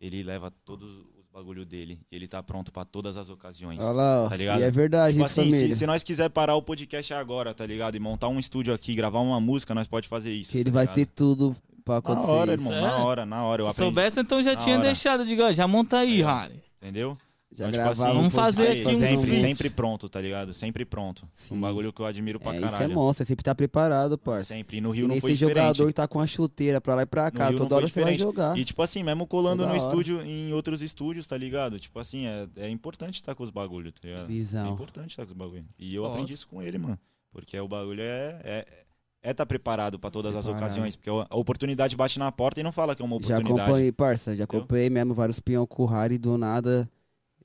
Ele leva todos os bagulhos dele e ele tá pronto pra todas as ocasiões. Olha lá, ó. Tá ligado? E é verdade, Tipo hein, assim, família. se, se nós quiser parar o podcast agora, tá ligado? E montar um estúdio aqui, gravar uma música, nós pode fazer isso. que ele tá vai ligado? ter tudo pra na acontecer hora, isso. irmão. Na É. hora, na hora. Eu Se aprendi, soubesse, então já Na tinha hora. deixado. Digo, ó, já monta aí, Harry. entendeu? Já Então, tipo gravava. assim, um Vamos fazer podcast, aqui um fazer Sempre, vídeo. sempre pronto, tá ligado? Sempre pronto. Sim. Um bagulho que eu admiro pra É, isso é caralho. monstro, você sempre tá preparado, parça. sempre. E no E Rio nem não foi esse diferente. jogador que tá com a chuteira pra lá e pra No cá. Rio não Toda foi hora você vai diferente. jogar. E tipo assim, mesmo colando Toda no hora. estúdio, em outros estúdios, tá ligado? Tipo assim, é, é importante estar com os bagulhos, tá ligado? É Visão. importante estar com os bagulho. E eu Nossa. aprendi isso com ele, mano. Porque o bagulho é. é é tá preparado pra todas as Preparado. ocasiões, porque a oportunidade bate na porta e não fala que é uma Já oportunidade. acompanhei, parça. Já Entendeu? acompanhei mesmo vários peão com o Harry do nada.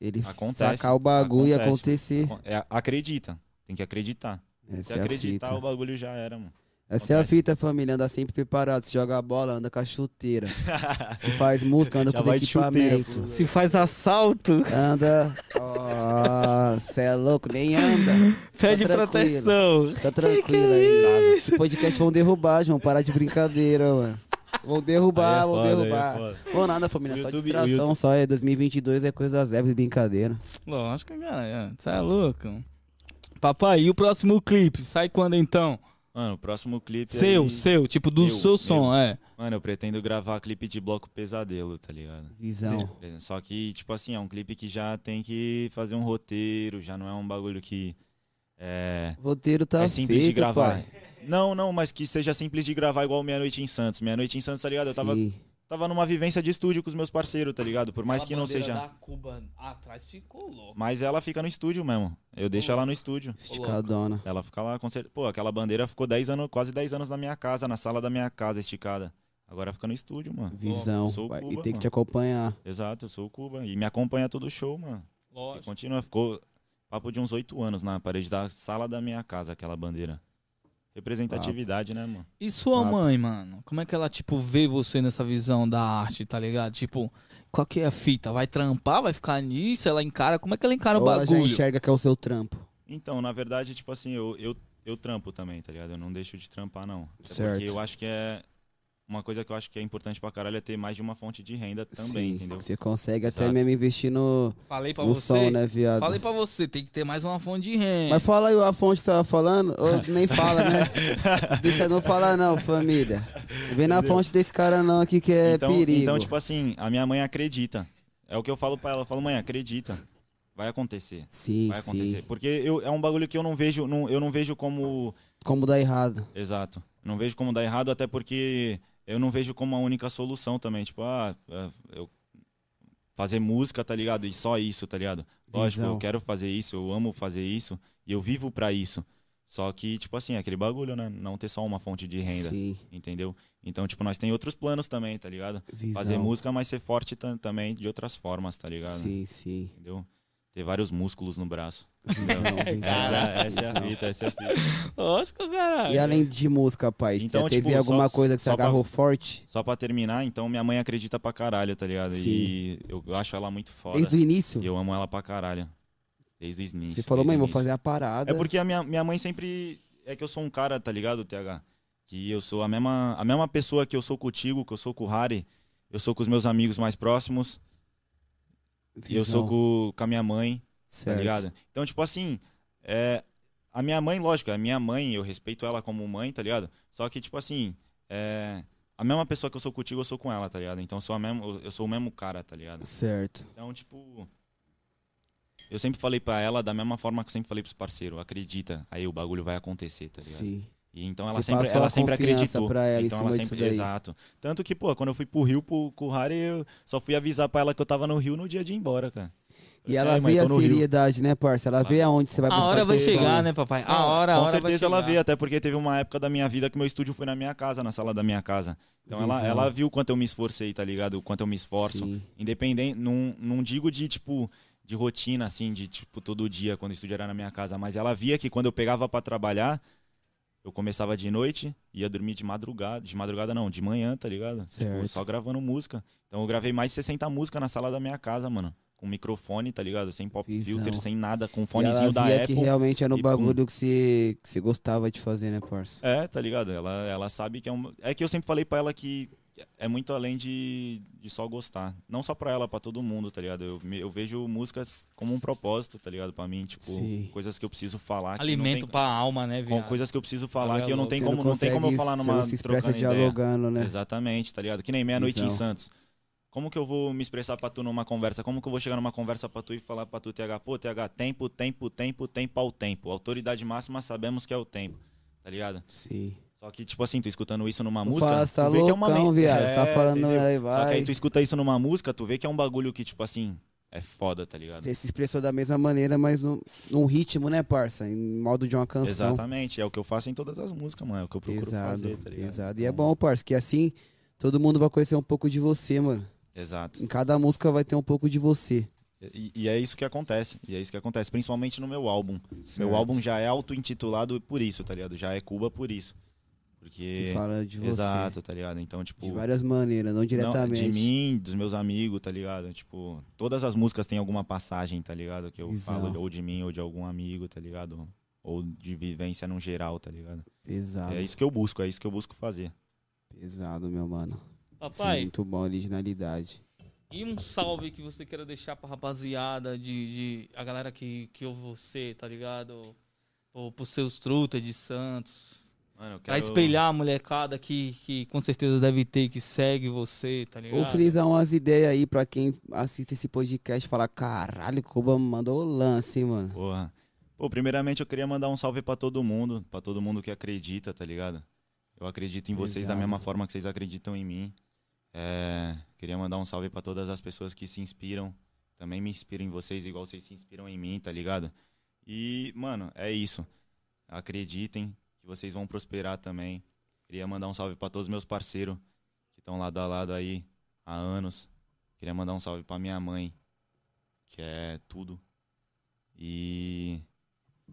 Ele Acontece, sacar o bagulho e acontece. acontecer. É, acredita, tem que acreditar. Se Essa é a acreditar, fita. o bagulho já era, mano. Essa é a acontece. fita, família. Anda sempre preparado. Se joga a bola, anda com a <laughs> chuteira. Se faz música, anda Já com os vai de chuteira, equipamentos. Se faz assalto, Anda. Ó, cê é louco, nem <laughs> anda. <laughs> Tá pede tranquilo. proteção. é Tá tranquilo aí. Esse podcast vão derrubar, João. Parar de brincadeira, mano. Vão derrubar, Aí é vão foda, aí é derrubar. foda. Vou nada, família, O só YouTube- o distração, YouTube- só é 2022 é coisa zero, brincadeira. Lógico, cara. Você é louco. Papai, e o próximo clipe? Sai quando então? Mano, o próximo clipe. Seu, aí- seu, tipo do Meu, seu som, é. Mano, eu pretendo gravar clipe de bloco pesadelo, tá ligado? Visão. Só que, tipo assim, é um clipe que já tem que fazer um roteiro, já não é um bagulho que. É, O roteiro tá é simples feito, de gravar. pai. Não, não, mas que seja simples de gravar igual Meia Noite em Santos. Meia Noite em Santos, tá ligado? Eu tava, Sim. tava numa vivência de estúdio com os meus parceiros, tá ligado? Por mais que não seja. Cuba atrás ficou louco. Mas ela fica no estúdio mesmo. Eu deixo ela no estúdio. Esticadona. Ela fica lá com certeza. Pô, aquela bandeira ficou 10 anos, quase 10 anos na minha casa, na sala da minha casa esticada. Agora fica no estúdio, mano. Visão. Sou pai. Cuba, e tem que mano. te acompanhar. Exato, eu sou o Cuba. E me acompanha todo show, mano. E Lógico. continua, ficou papo de uns 8 anos na parede da sala da minha casa, aquela bandeira. Representatividade, né, mano? E sua Papo. mãe, mano? Como é que ela, tipo, vê você nessa visão da arte, tá ligado? Tipo, qual que é a fita? Vai trampar? Vai ficar nisso? Ela encara? Como é que ela encara o Ou ela já bagulho? enxerga que é o seu trampo. Então, na verdade, tipo assim, eu, eu, eu trampo também, tá ligado? Eu não deixo de trampar, não. Até Certo. Porque eu acho que é. Uma coisa que eu acho que é importante pra caralho é ter mais de uma fonte de renda também, Sim, entendeu? Você consegue até Exato. mesmo investir no, Falei pra no você. som, né, viado? Falei pra você, tem que ter mais uma fonte de renda. Mas fala aí a fonte que você tava falando, ou nem fala, né? <laughs> Deixa eu não falar não, família. Não Vem na Entendeu? fonte desse cara não aqui que é então, perigo. então, tipo assim, a minha mãe acredita. É o que eu falo pra ela. Eu falo, mãe, acredita. Vai acontecer. sim, Vai acontecer. sim. Porque eu, é um bagulho que eu não vejo, não, eu não vejo como. Como dá errado. Exato. Não vejo como dar errado, até porque eu não vejo como a única solução também. Tipo, ah, ah, eu fazer música, tá ligado? E só isso, tá ligado? Lógico, Visão. eu quero fazer isso, eu amo fazer isso e eu vivo pra isso. Só que, tipo assim, é aquele bagulho, né? Não ter só uma fonte de renda, Sim, entendeu? Então, tipo, nós tem outros planos também, tá ligado? visão. fazer música, mas ser forte tam- também de outras formas, tá ligado? Sim, sim. Entendeu? Ter vários músculos no braço. <laughs> Visão, Essa, visão. essa é a fita, essa é a fita. Lógico, caralho. E além de música, pai, Então, já teve tipo, alguma só- coisa que você só pra- agarrou forte? Só pra terminar, então minha mãe acredita pra caralho, tá ligado? E eu eu acho ela muito foda. Desde o início? E eu amo ela pra caralho. Desde o início. Você falou, desde mãe, vou o início. fazer a parada. É porque a minha, minha mãe sempre. É que eu sou um cara, tá ligado, TH? Que eu sou a mesma, a mesma pessoa que eu sou contigo, que eu sou com o Harry, eu sou com os meus amigos mais próximos, e eu sou Visão, com, com a minha mãe. certo. tá ligado? Então, tipo assim, é, a minha mãe, lógico, a minha mãe, eu respeito ela como mãe, tá ligado? Só que, tipo assim, é, a mesma pessoa que eu sou contigo, eu sou com ela, tá ligado? Então, eu sou, a mesmo, eu sou o mesmo cara, tá ligado? Certo. Então, tipo, eu sempre falei pra ela da mesma forma que eu sempre falei pros parceiros, acredita, aí o bagulho vai acontecer, tá ligado? Sim. E então ela Você sempre, passou ela a sempre confiança acreditou. pra ela em então cima ela disso sempre, daí. exato. Tanto que, pô, quando eu fui pro Rio, pro, com o Harry, eu só fui avisar pra ela que eu tava no Rio no dia de ir embora, cara. E Falei assim, ela "Ai, mãe, vê a tô no Rio." seriedade, né, parça? Ela vê aonde você vai A buscar hora vai seu som. chegar, né, papai? A hora, a Com hora vai certeza ela chegar. vê, assim, até porque teve uma época da minha vida que meu estúdio foi na minha casa, na sala da minha casa. Então ela, Visão. ela viu quanto eu me esforcei, tá ligado? O Quanto eu me esforço. Sim. Independente, não, não digo de tipo de rotina assim, de tipo todo dia quando o estúdio era na minha casa, mas ela via que quando eu pegava pra trabalhar, eu começava de noite, ia dormir de madrugada, de madrugada não, de manhã, tá ligado? Certo. Tipo, só gravando música. Então eu gravei mais de 60 músicas na sala da minha casa, mano. Com microfone, tá ligado? Sem pop Visão. filter, sem nada, com E ela fonezinho da via que Apple. realmente era um e pum. bagulho que você, que você gostava de fazer, né, parça? É, tá ligado? Ela, ela sabe que é um. É que eu sempre falei pra ela que é muito além de, de só gostar. Não só pra ela, pra todo mundo, tá ligado? Eu, me- eu vejo músicas como um propósito, tá ligado? Pra mim, tipo, Sim. coisas que eu preciso falar. que não Alimento tem- pra alma, né, com viado? coisas que eu preciso falar Tá que eu não ligado? tem Você como não tem como eu consegue- falar Você numa não se expressa trocando ideia. dialogando, né? Exatamente, tá ligado? Que nem meia-noite em Visão. Santos. Como que eu vou me expressar pra tu numa conversa? Como que eu vou chegar numa conversa pra tu e falar pra tu, TH, pô, TH, tempo, tempo, tempo, tempo ao tempo. Autoridade máxima sabemos que é o tempo, tá ligado? Sim. Só que, tipo assim, tu escutando isso numa Não música. fala, "Cê tá tu vê que é uma loucão, men- viado, cê tá falando entendeu? aí, Só que vai. aí tu escuta isso numa música, tu vê que é um bagulho que, tipo assim, é foda, tá ligado? Você se expressou da mesma maneira, mas num, num ritmo, né, parça? Em modo de uma canção. Exatamente, é o que eu faço em todas as músicas, mano. É o que eu procuro Exato, fazer, tá ligado? exato. E é Então, bom, parça, que assim todo mundo vai conhecer um pouco de você, mano. Exato. Em cada música vai ter um pouco de você. E, e é isso que acontece. E é isso que acontece, principalmente no meu álbum. Certo. Meu álbum já é auto-intitulado por isso, tá ligado? Já é Cuba por isso. Porque. Que fala de você. é Exato, tá ligado? Então, tipo. De várias maneiras, não diretamente. Não, é de mim, dos meus amigos, tá ligado? Tipo, todas as músicas têm alguma passagem, tá ligado? Que eu Visão. falo ou de mim ou de algum amigo, tá ligado? Ou de vivência no geral, tá ligado? Exato. Ah. É isso que eu busco, é isso que eu busco fazer. Pesado, meu mano. Isso é Papai, muito bom, originalidade. e um salve que você queira deixar pra rapaziada de, de- a galera que, que ouve você, tá ligado? Ou pros seus trutas de Santos. Mano, eu quero... Pra espelhar a molecada que, que com certeza deve ter, que segue você, tá ligado? Vou frisar umas ideias aí pra quem assiste esse podcast e falar: caralho, Cuba mandou o lance, hein, mano. Porra. Pô, primeiramente eu queria mandar um salve pra todo mundo, pra todo mundo que acredita, tá ligado? Eu acredito em vocês da Exato. mesma forma que vocês acreditam em mim. É, queria mandar um salve pra todas as pessoas que se inspiram, também me inspiram em vocês igual vocês se inspiram em mim, tá ligado? E, mano, é isso. Acreditem que vocês vão prosperar também. Queria mandar um salve pra todos meus parceiros que estão lado a lado aí há anos. Queria mandar um salve pra minha mãe, que é tudo. E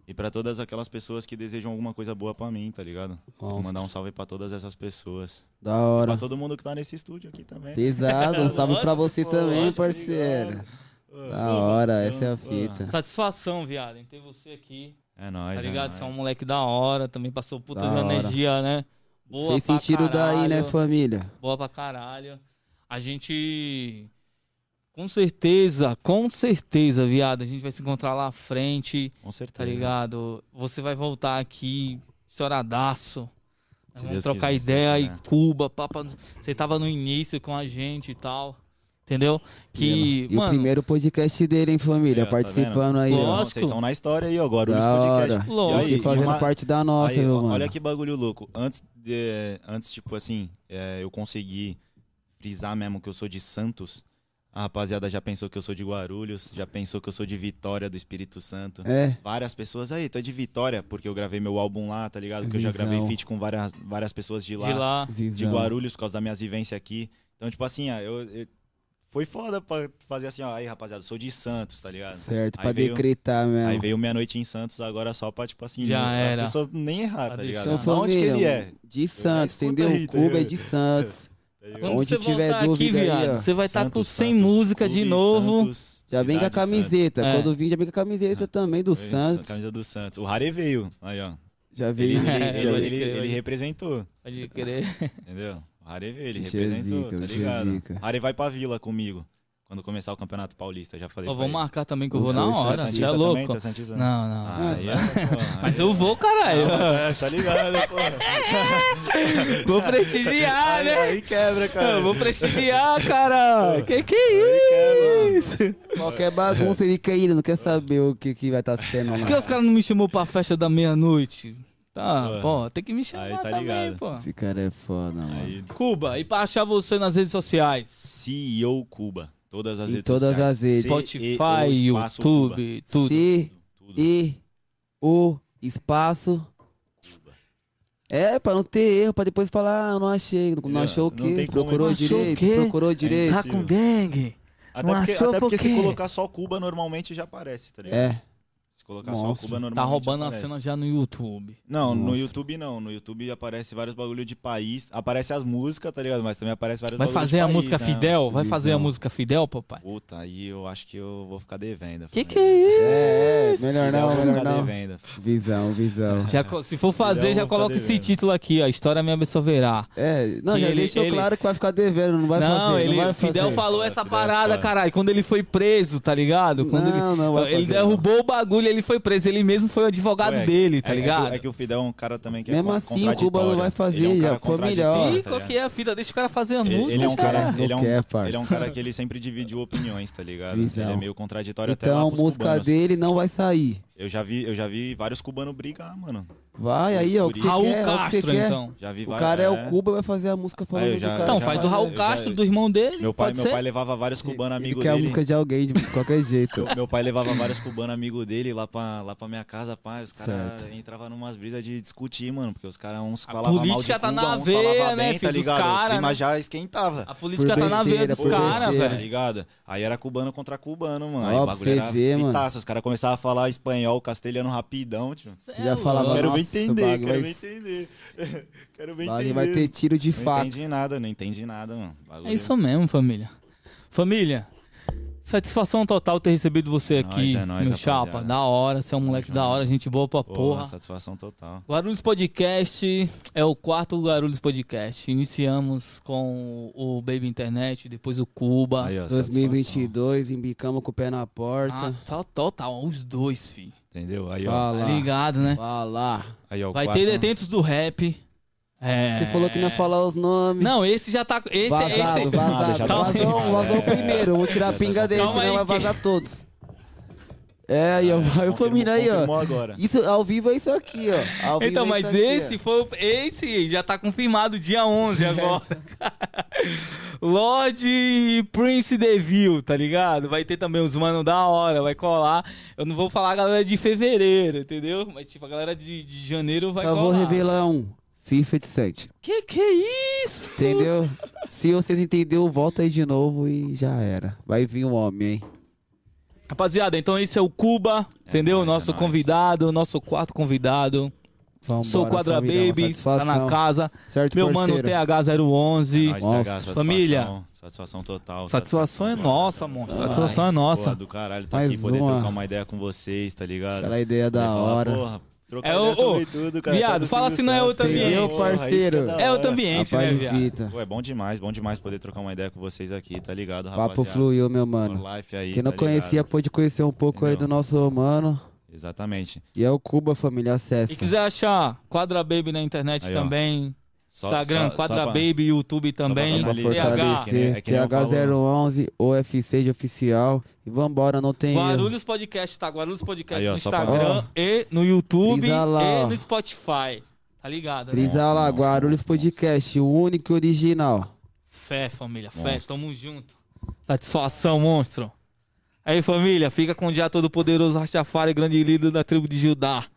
e para todas aquelas pessoas que desejam alguma coisa boa pra mim, tá ligado? Vou Monstro. mandar um salve pra todas essas pessoas. Da hora. Pra todo mundo que tá nesse estúdio aqui também. Pesado, um salve pra Lógico, você pô, também, lógico, parceiro. Ô, Da ô, hora, ô, essa é ô. a fita. Satisfação, viado, em ter você aqui. É nóis, Tá é ligado? nóis. Você é um moleque da hora, também passou puta Da de hora. energia, né? Boa Sem pra sentido daí, né, caralho. família? Boa pra caralho. A gente. Com certeza, com certeza, viado. A gente vai se encontrar lá à frente, Com certeza. tá ligado? Você vai voltar aqui, estouradaço. Se Vamos Deus trocar quiser, se Deus ideia quiser. e Cuba, papa. Você tava no início com a gente e tal. Entendeu? Que. E o mano, primeiro podcast dele, hein, família? Aí, ó, tá participando vendo? aí, Vocês ó. tão- Lógico. Vocês estão na história aí agora, o Da hora. Podcast. Lógico. E aí, E fazendo e uma- parte da nossa, Aí, meu ó, mano. Olha que bagulho louco. Antes, de, antes tipo assim, é, eu consegui frisar mesmo que eu sou de Santos. A rapaziada já pensou que eu sou de Guarulhos, já pensou que eu sou de Vitória do Espírito Santo. É, Várias pessoas, aí, tô de Vitória, porque eu gravei meu álbum lá, tá ligado? Que eu já Visão. gravei feat com várias, várias pessoas de lá, de lá. de visão. Guarulhos, por causa da minha vivência aqui. Então, tipo assim, ó, eu, eu- foi foda pra fazer assim, ó, aí, rapaziada, sou de Santos, tá ligado? Certo, Aí pra veio- decretar mesmo. Aí veio Meia Noite em Santos agora só pra, tipo assim, Já não- era. as pessoas nem errar, Pra tá deixar- ligado? Da Então, Da onde que família, ele é? De Santos, escuta entendeu? aí, O Cuba é entendeu? de Santos. Tá ligado? Onde Quando você tiver voltar dúvida aqui, aí, viado, ó. você vai estar com Santos, 100 Santos, música de Clube novo. Santos, Já vem com a Cidade Santos. camiseta. É. Quando vim, já vem com a camiseta também do É isso, Santos. A camisa do Santos. O Rare veio. Aí, ó. Já Ele, veio. ele, É, ele, pode ele- crer, ele pode- representou, Pode querer. entendeu? O Rare veio, ele Bicho é zica, representou, tá bicho é ligado? zica. Rare vai pra vila comigo. Quando começar o Campeonato Paulista, já falei. Ó, pra vou ele. marcar também que eu Os vou na dois hora. Santista Você é também, louco. tá Santista? Não, não. <laughs> Ah, aí é, porra, Mas aí eu é. vou, caralho. <laughs> Ah, tá ligado, <laughs> porra. Vou prestigiar, Aí, né? aí quebra, cara. Eu vou prestigiar, cara. Que que é isso? Qualquer bagunça ele quer ir, ele não quer saber o que, que vai estar sendo Por que lá. os caras não me chamou pra festa da meia-noite? Tá, Ué. pô, tem que me chamar É. Aí tá também, ligado. pô. Esse cara é foda, mano. Aí, Cuba, e pra achar você nas redes sociais? CEO Cuba. Todas as Em redes todas sociais. as redes. CEO Spotify, espaço Cuba. YouTube, tudo. C, Tudo. E, O, espaço. É, pra não ter erro, pra depois falar, ah, não achei. Não, Não, achou o não quê? tem como, Procurou não achou o direito, quê? É. procurou direito. Tá com dengue? Até Não porque, achou até porque por se quê? colocar só Cuba, normalmente já aparece, tá ligado? É, Se colocar só Monstro. Cuba, normalmente Tá roubando a aparece. cena já no YouTube. Não, no Monstro. YouTube não. No YouTube aparece vários bagulho de país. Aparece as músicas, tá ligado? Mas também aparece vários Vai bagulho fazer de a país, música né? Fidel? Vai fazer a Visão. música Fidel, papai? Puta, aí eu acho que eu vou ficar devendo. Que família. que é é, é, isso? melhor Fidel, eu não, vou melhor ficar não. devendo. Visão, visão. Já co- se for fazer, Fidel, já vou coloca fazer esse mesmo. título aqui, ó. História me absolverá. É, não, Que já ele- deixou ele- claro que vai ficar devendo, não vai fazer. não, ele, não vai Fidel fazer. falou essa Fidel parada, fala. caralho. Quando ele foi preso, tá ligado? Quando ele, Não, não vai fazer. ele derrubou o bagulho, ele foi preso. Ele mesmo foi o advogado né? Ué, dele, tá é, é que o- ligado? É que, o Fidel é um cara também que Mesmo é con- assim, o Cuba não contraditório. vai fazer, Ele é já. um cara Família, ó. contraditório, Ih, tá qual ligado? que é a fita? Deixa o cara fazer a Ele, música, ele é um cara, cara. ele é Não um, quer, ele é um parça. cara que ele sempre dividiu opiniões, tá ligado? Visão. Ele é meio contraditório até lá Então, a pros música cubanos. dele não vai sair. Eu já vi, eu já vi vários cubanos brigar, mano. Vai aí, ó. O que você Raul é quer, ó, o que você Castro, quer. então. Já vi O vários- cara é o Cuba, vai fazer a música falando eu do já- cara. Então, já- faz do Raul já- Castro, do irmão dele. Meu pai, pode meu ser? pai é levava vários cubanos Ele amigos quer a dele. música de alguém, de <laughs> qualquer jeito. Meu pai levava vários cubanos amigos dele lá pra, lá pra minha casa, pá. Os caras Certo. entravam numas brisas de discutir, mano. Porque os caras uns A falavam mal de política tá Cuba, na uns veia, falavam né, bem, filho, tá dos ligado? cara, o clima né? já esquentava. A política Por tá na veia besteira, dos por caras, besteira. Tá velho. ligado? Aí era cubano contra cubano, mano. Aí Ó, o pra bagulho você era ver, mano. pitaço. Os caras começavam a falar espanhol, castelhano rapidão, tio. Você É já falava, louco. Quero nossa, bem entender, o bagulho quero vai- bem entender. <laughs> quero bem Lá entender. ele vai ter tiro de Não faca. entendi nada, não entendi nada, mano. Bagulho- É isso mesmo, família. Família, Satisfação total ter recebido você É nóis, aqui, é nóis, meu rapaziada. chapa. Da hora, você é um moleque junto. da hora, gente boa pra porra. Satisfação total. Guarulhos Podcast é o quarto Guarulhos Podcast. Iniciamos com o Baby Internet, depois o Cuba. Aí, ó, satisfação, 2022, embicamos com o pé na porta. Ah, tá- total, os dois, fi. Entendeu? Aí, ó. Tá Fala. ligado, né? Fala. Aí, ó o Vai quarto- ter detentos do rap. É. Você falou que não ia falar os nomes. Não, esse já tá. Esse, Ah, vazado, esse... vazado. Já tá Calma aí. vazou, vazado. vazou É. primeiro. Eu Vou tirar a pinga dele, Calma senão aí vai que- vazar todos. É, aí, ó. vai o Famina aí, Ah, ó. Confirmou agora. Isso, ao vivo é isso aqui, ó. Ao vivo Então, é mas isso aqui, esse ó. foi. o- Esse já tá confirmado, dia 11 agora. <laughs> Lorde e Prince Devil, tá ligado? Vai ter também os mano da hora, vai colar. Eu não vou falar a galera de fevereiro, entendeu? Mas tipo, a galera de, de janeiro vai Só colar. vou revelar um. FIFA 87. Que que isso? Entendeu? Se vocês entenderam, volta aí de novo e já era. Vai vir um homem, hein? Rapaziada, então esse é o Cuba, entendeu? nóis, é nosso nóis. convidado, nosso quarto convidado. Vambora, Sou Quadra família, uma Baby, tá satisfação. na casa. Certo, Meu parceiro? mano TH011. Nós, tá Nossa, satisfação, família. Satisfação total. Satisfação é total. nossa, monstro. Ai, Satisfação é Porra nossa. do caralho, tá Mais aqui poder uma. trocar uma ideia com vocês, tá ligado? Aquela ideia Poder da falar, hora. Porra, trocar É, ô, ideia sobre ô, tudo, cara. viado, tá do fala Silvio se não é Santos, outro tá ligado? ambiente. Entendeu, Porra, isso que parceiro? da É outro hora. ambiente, Rapaz né, de viado? fita. Pô, é bom demais, bom demais poder trocar uma ideia com vocês aqui, tá ligado, rapaziada? Papo fluiu, meu mano. Por Life aí, Quem não tá conhecia ligado? pôde conhecer um pouco aí do Entendeu? nosso mano. Exatamente. E é o Cuba, família, acessa. E quiser achar Quadra Baby na internet assim. Aí, ó. também. Só- Canal só- Quadra só pra- Baby, YouTube também. Só Pra Ali, TH. é que nem- fortalecer, é que nem eu TH011, OFC de oficial. E vambora, não tem erro. Guarulhos Podcast, tá? Guarulhos Podcast Aí, ó, no só pra- Instagram e no YouTube Frisa lá, e ó. no Spotify. Tá ligado? Né? Frisa lá, Monstro, Guarulhos monstro, Podcast, o único e original. Fé, família, fé. Monstro. Tamo junto. Satisfação, monstro. Aí, família, fica com o dia todo poderoso Rastafari, grande líder da tribo de Judá.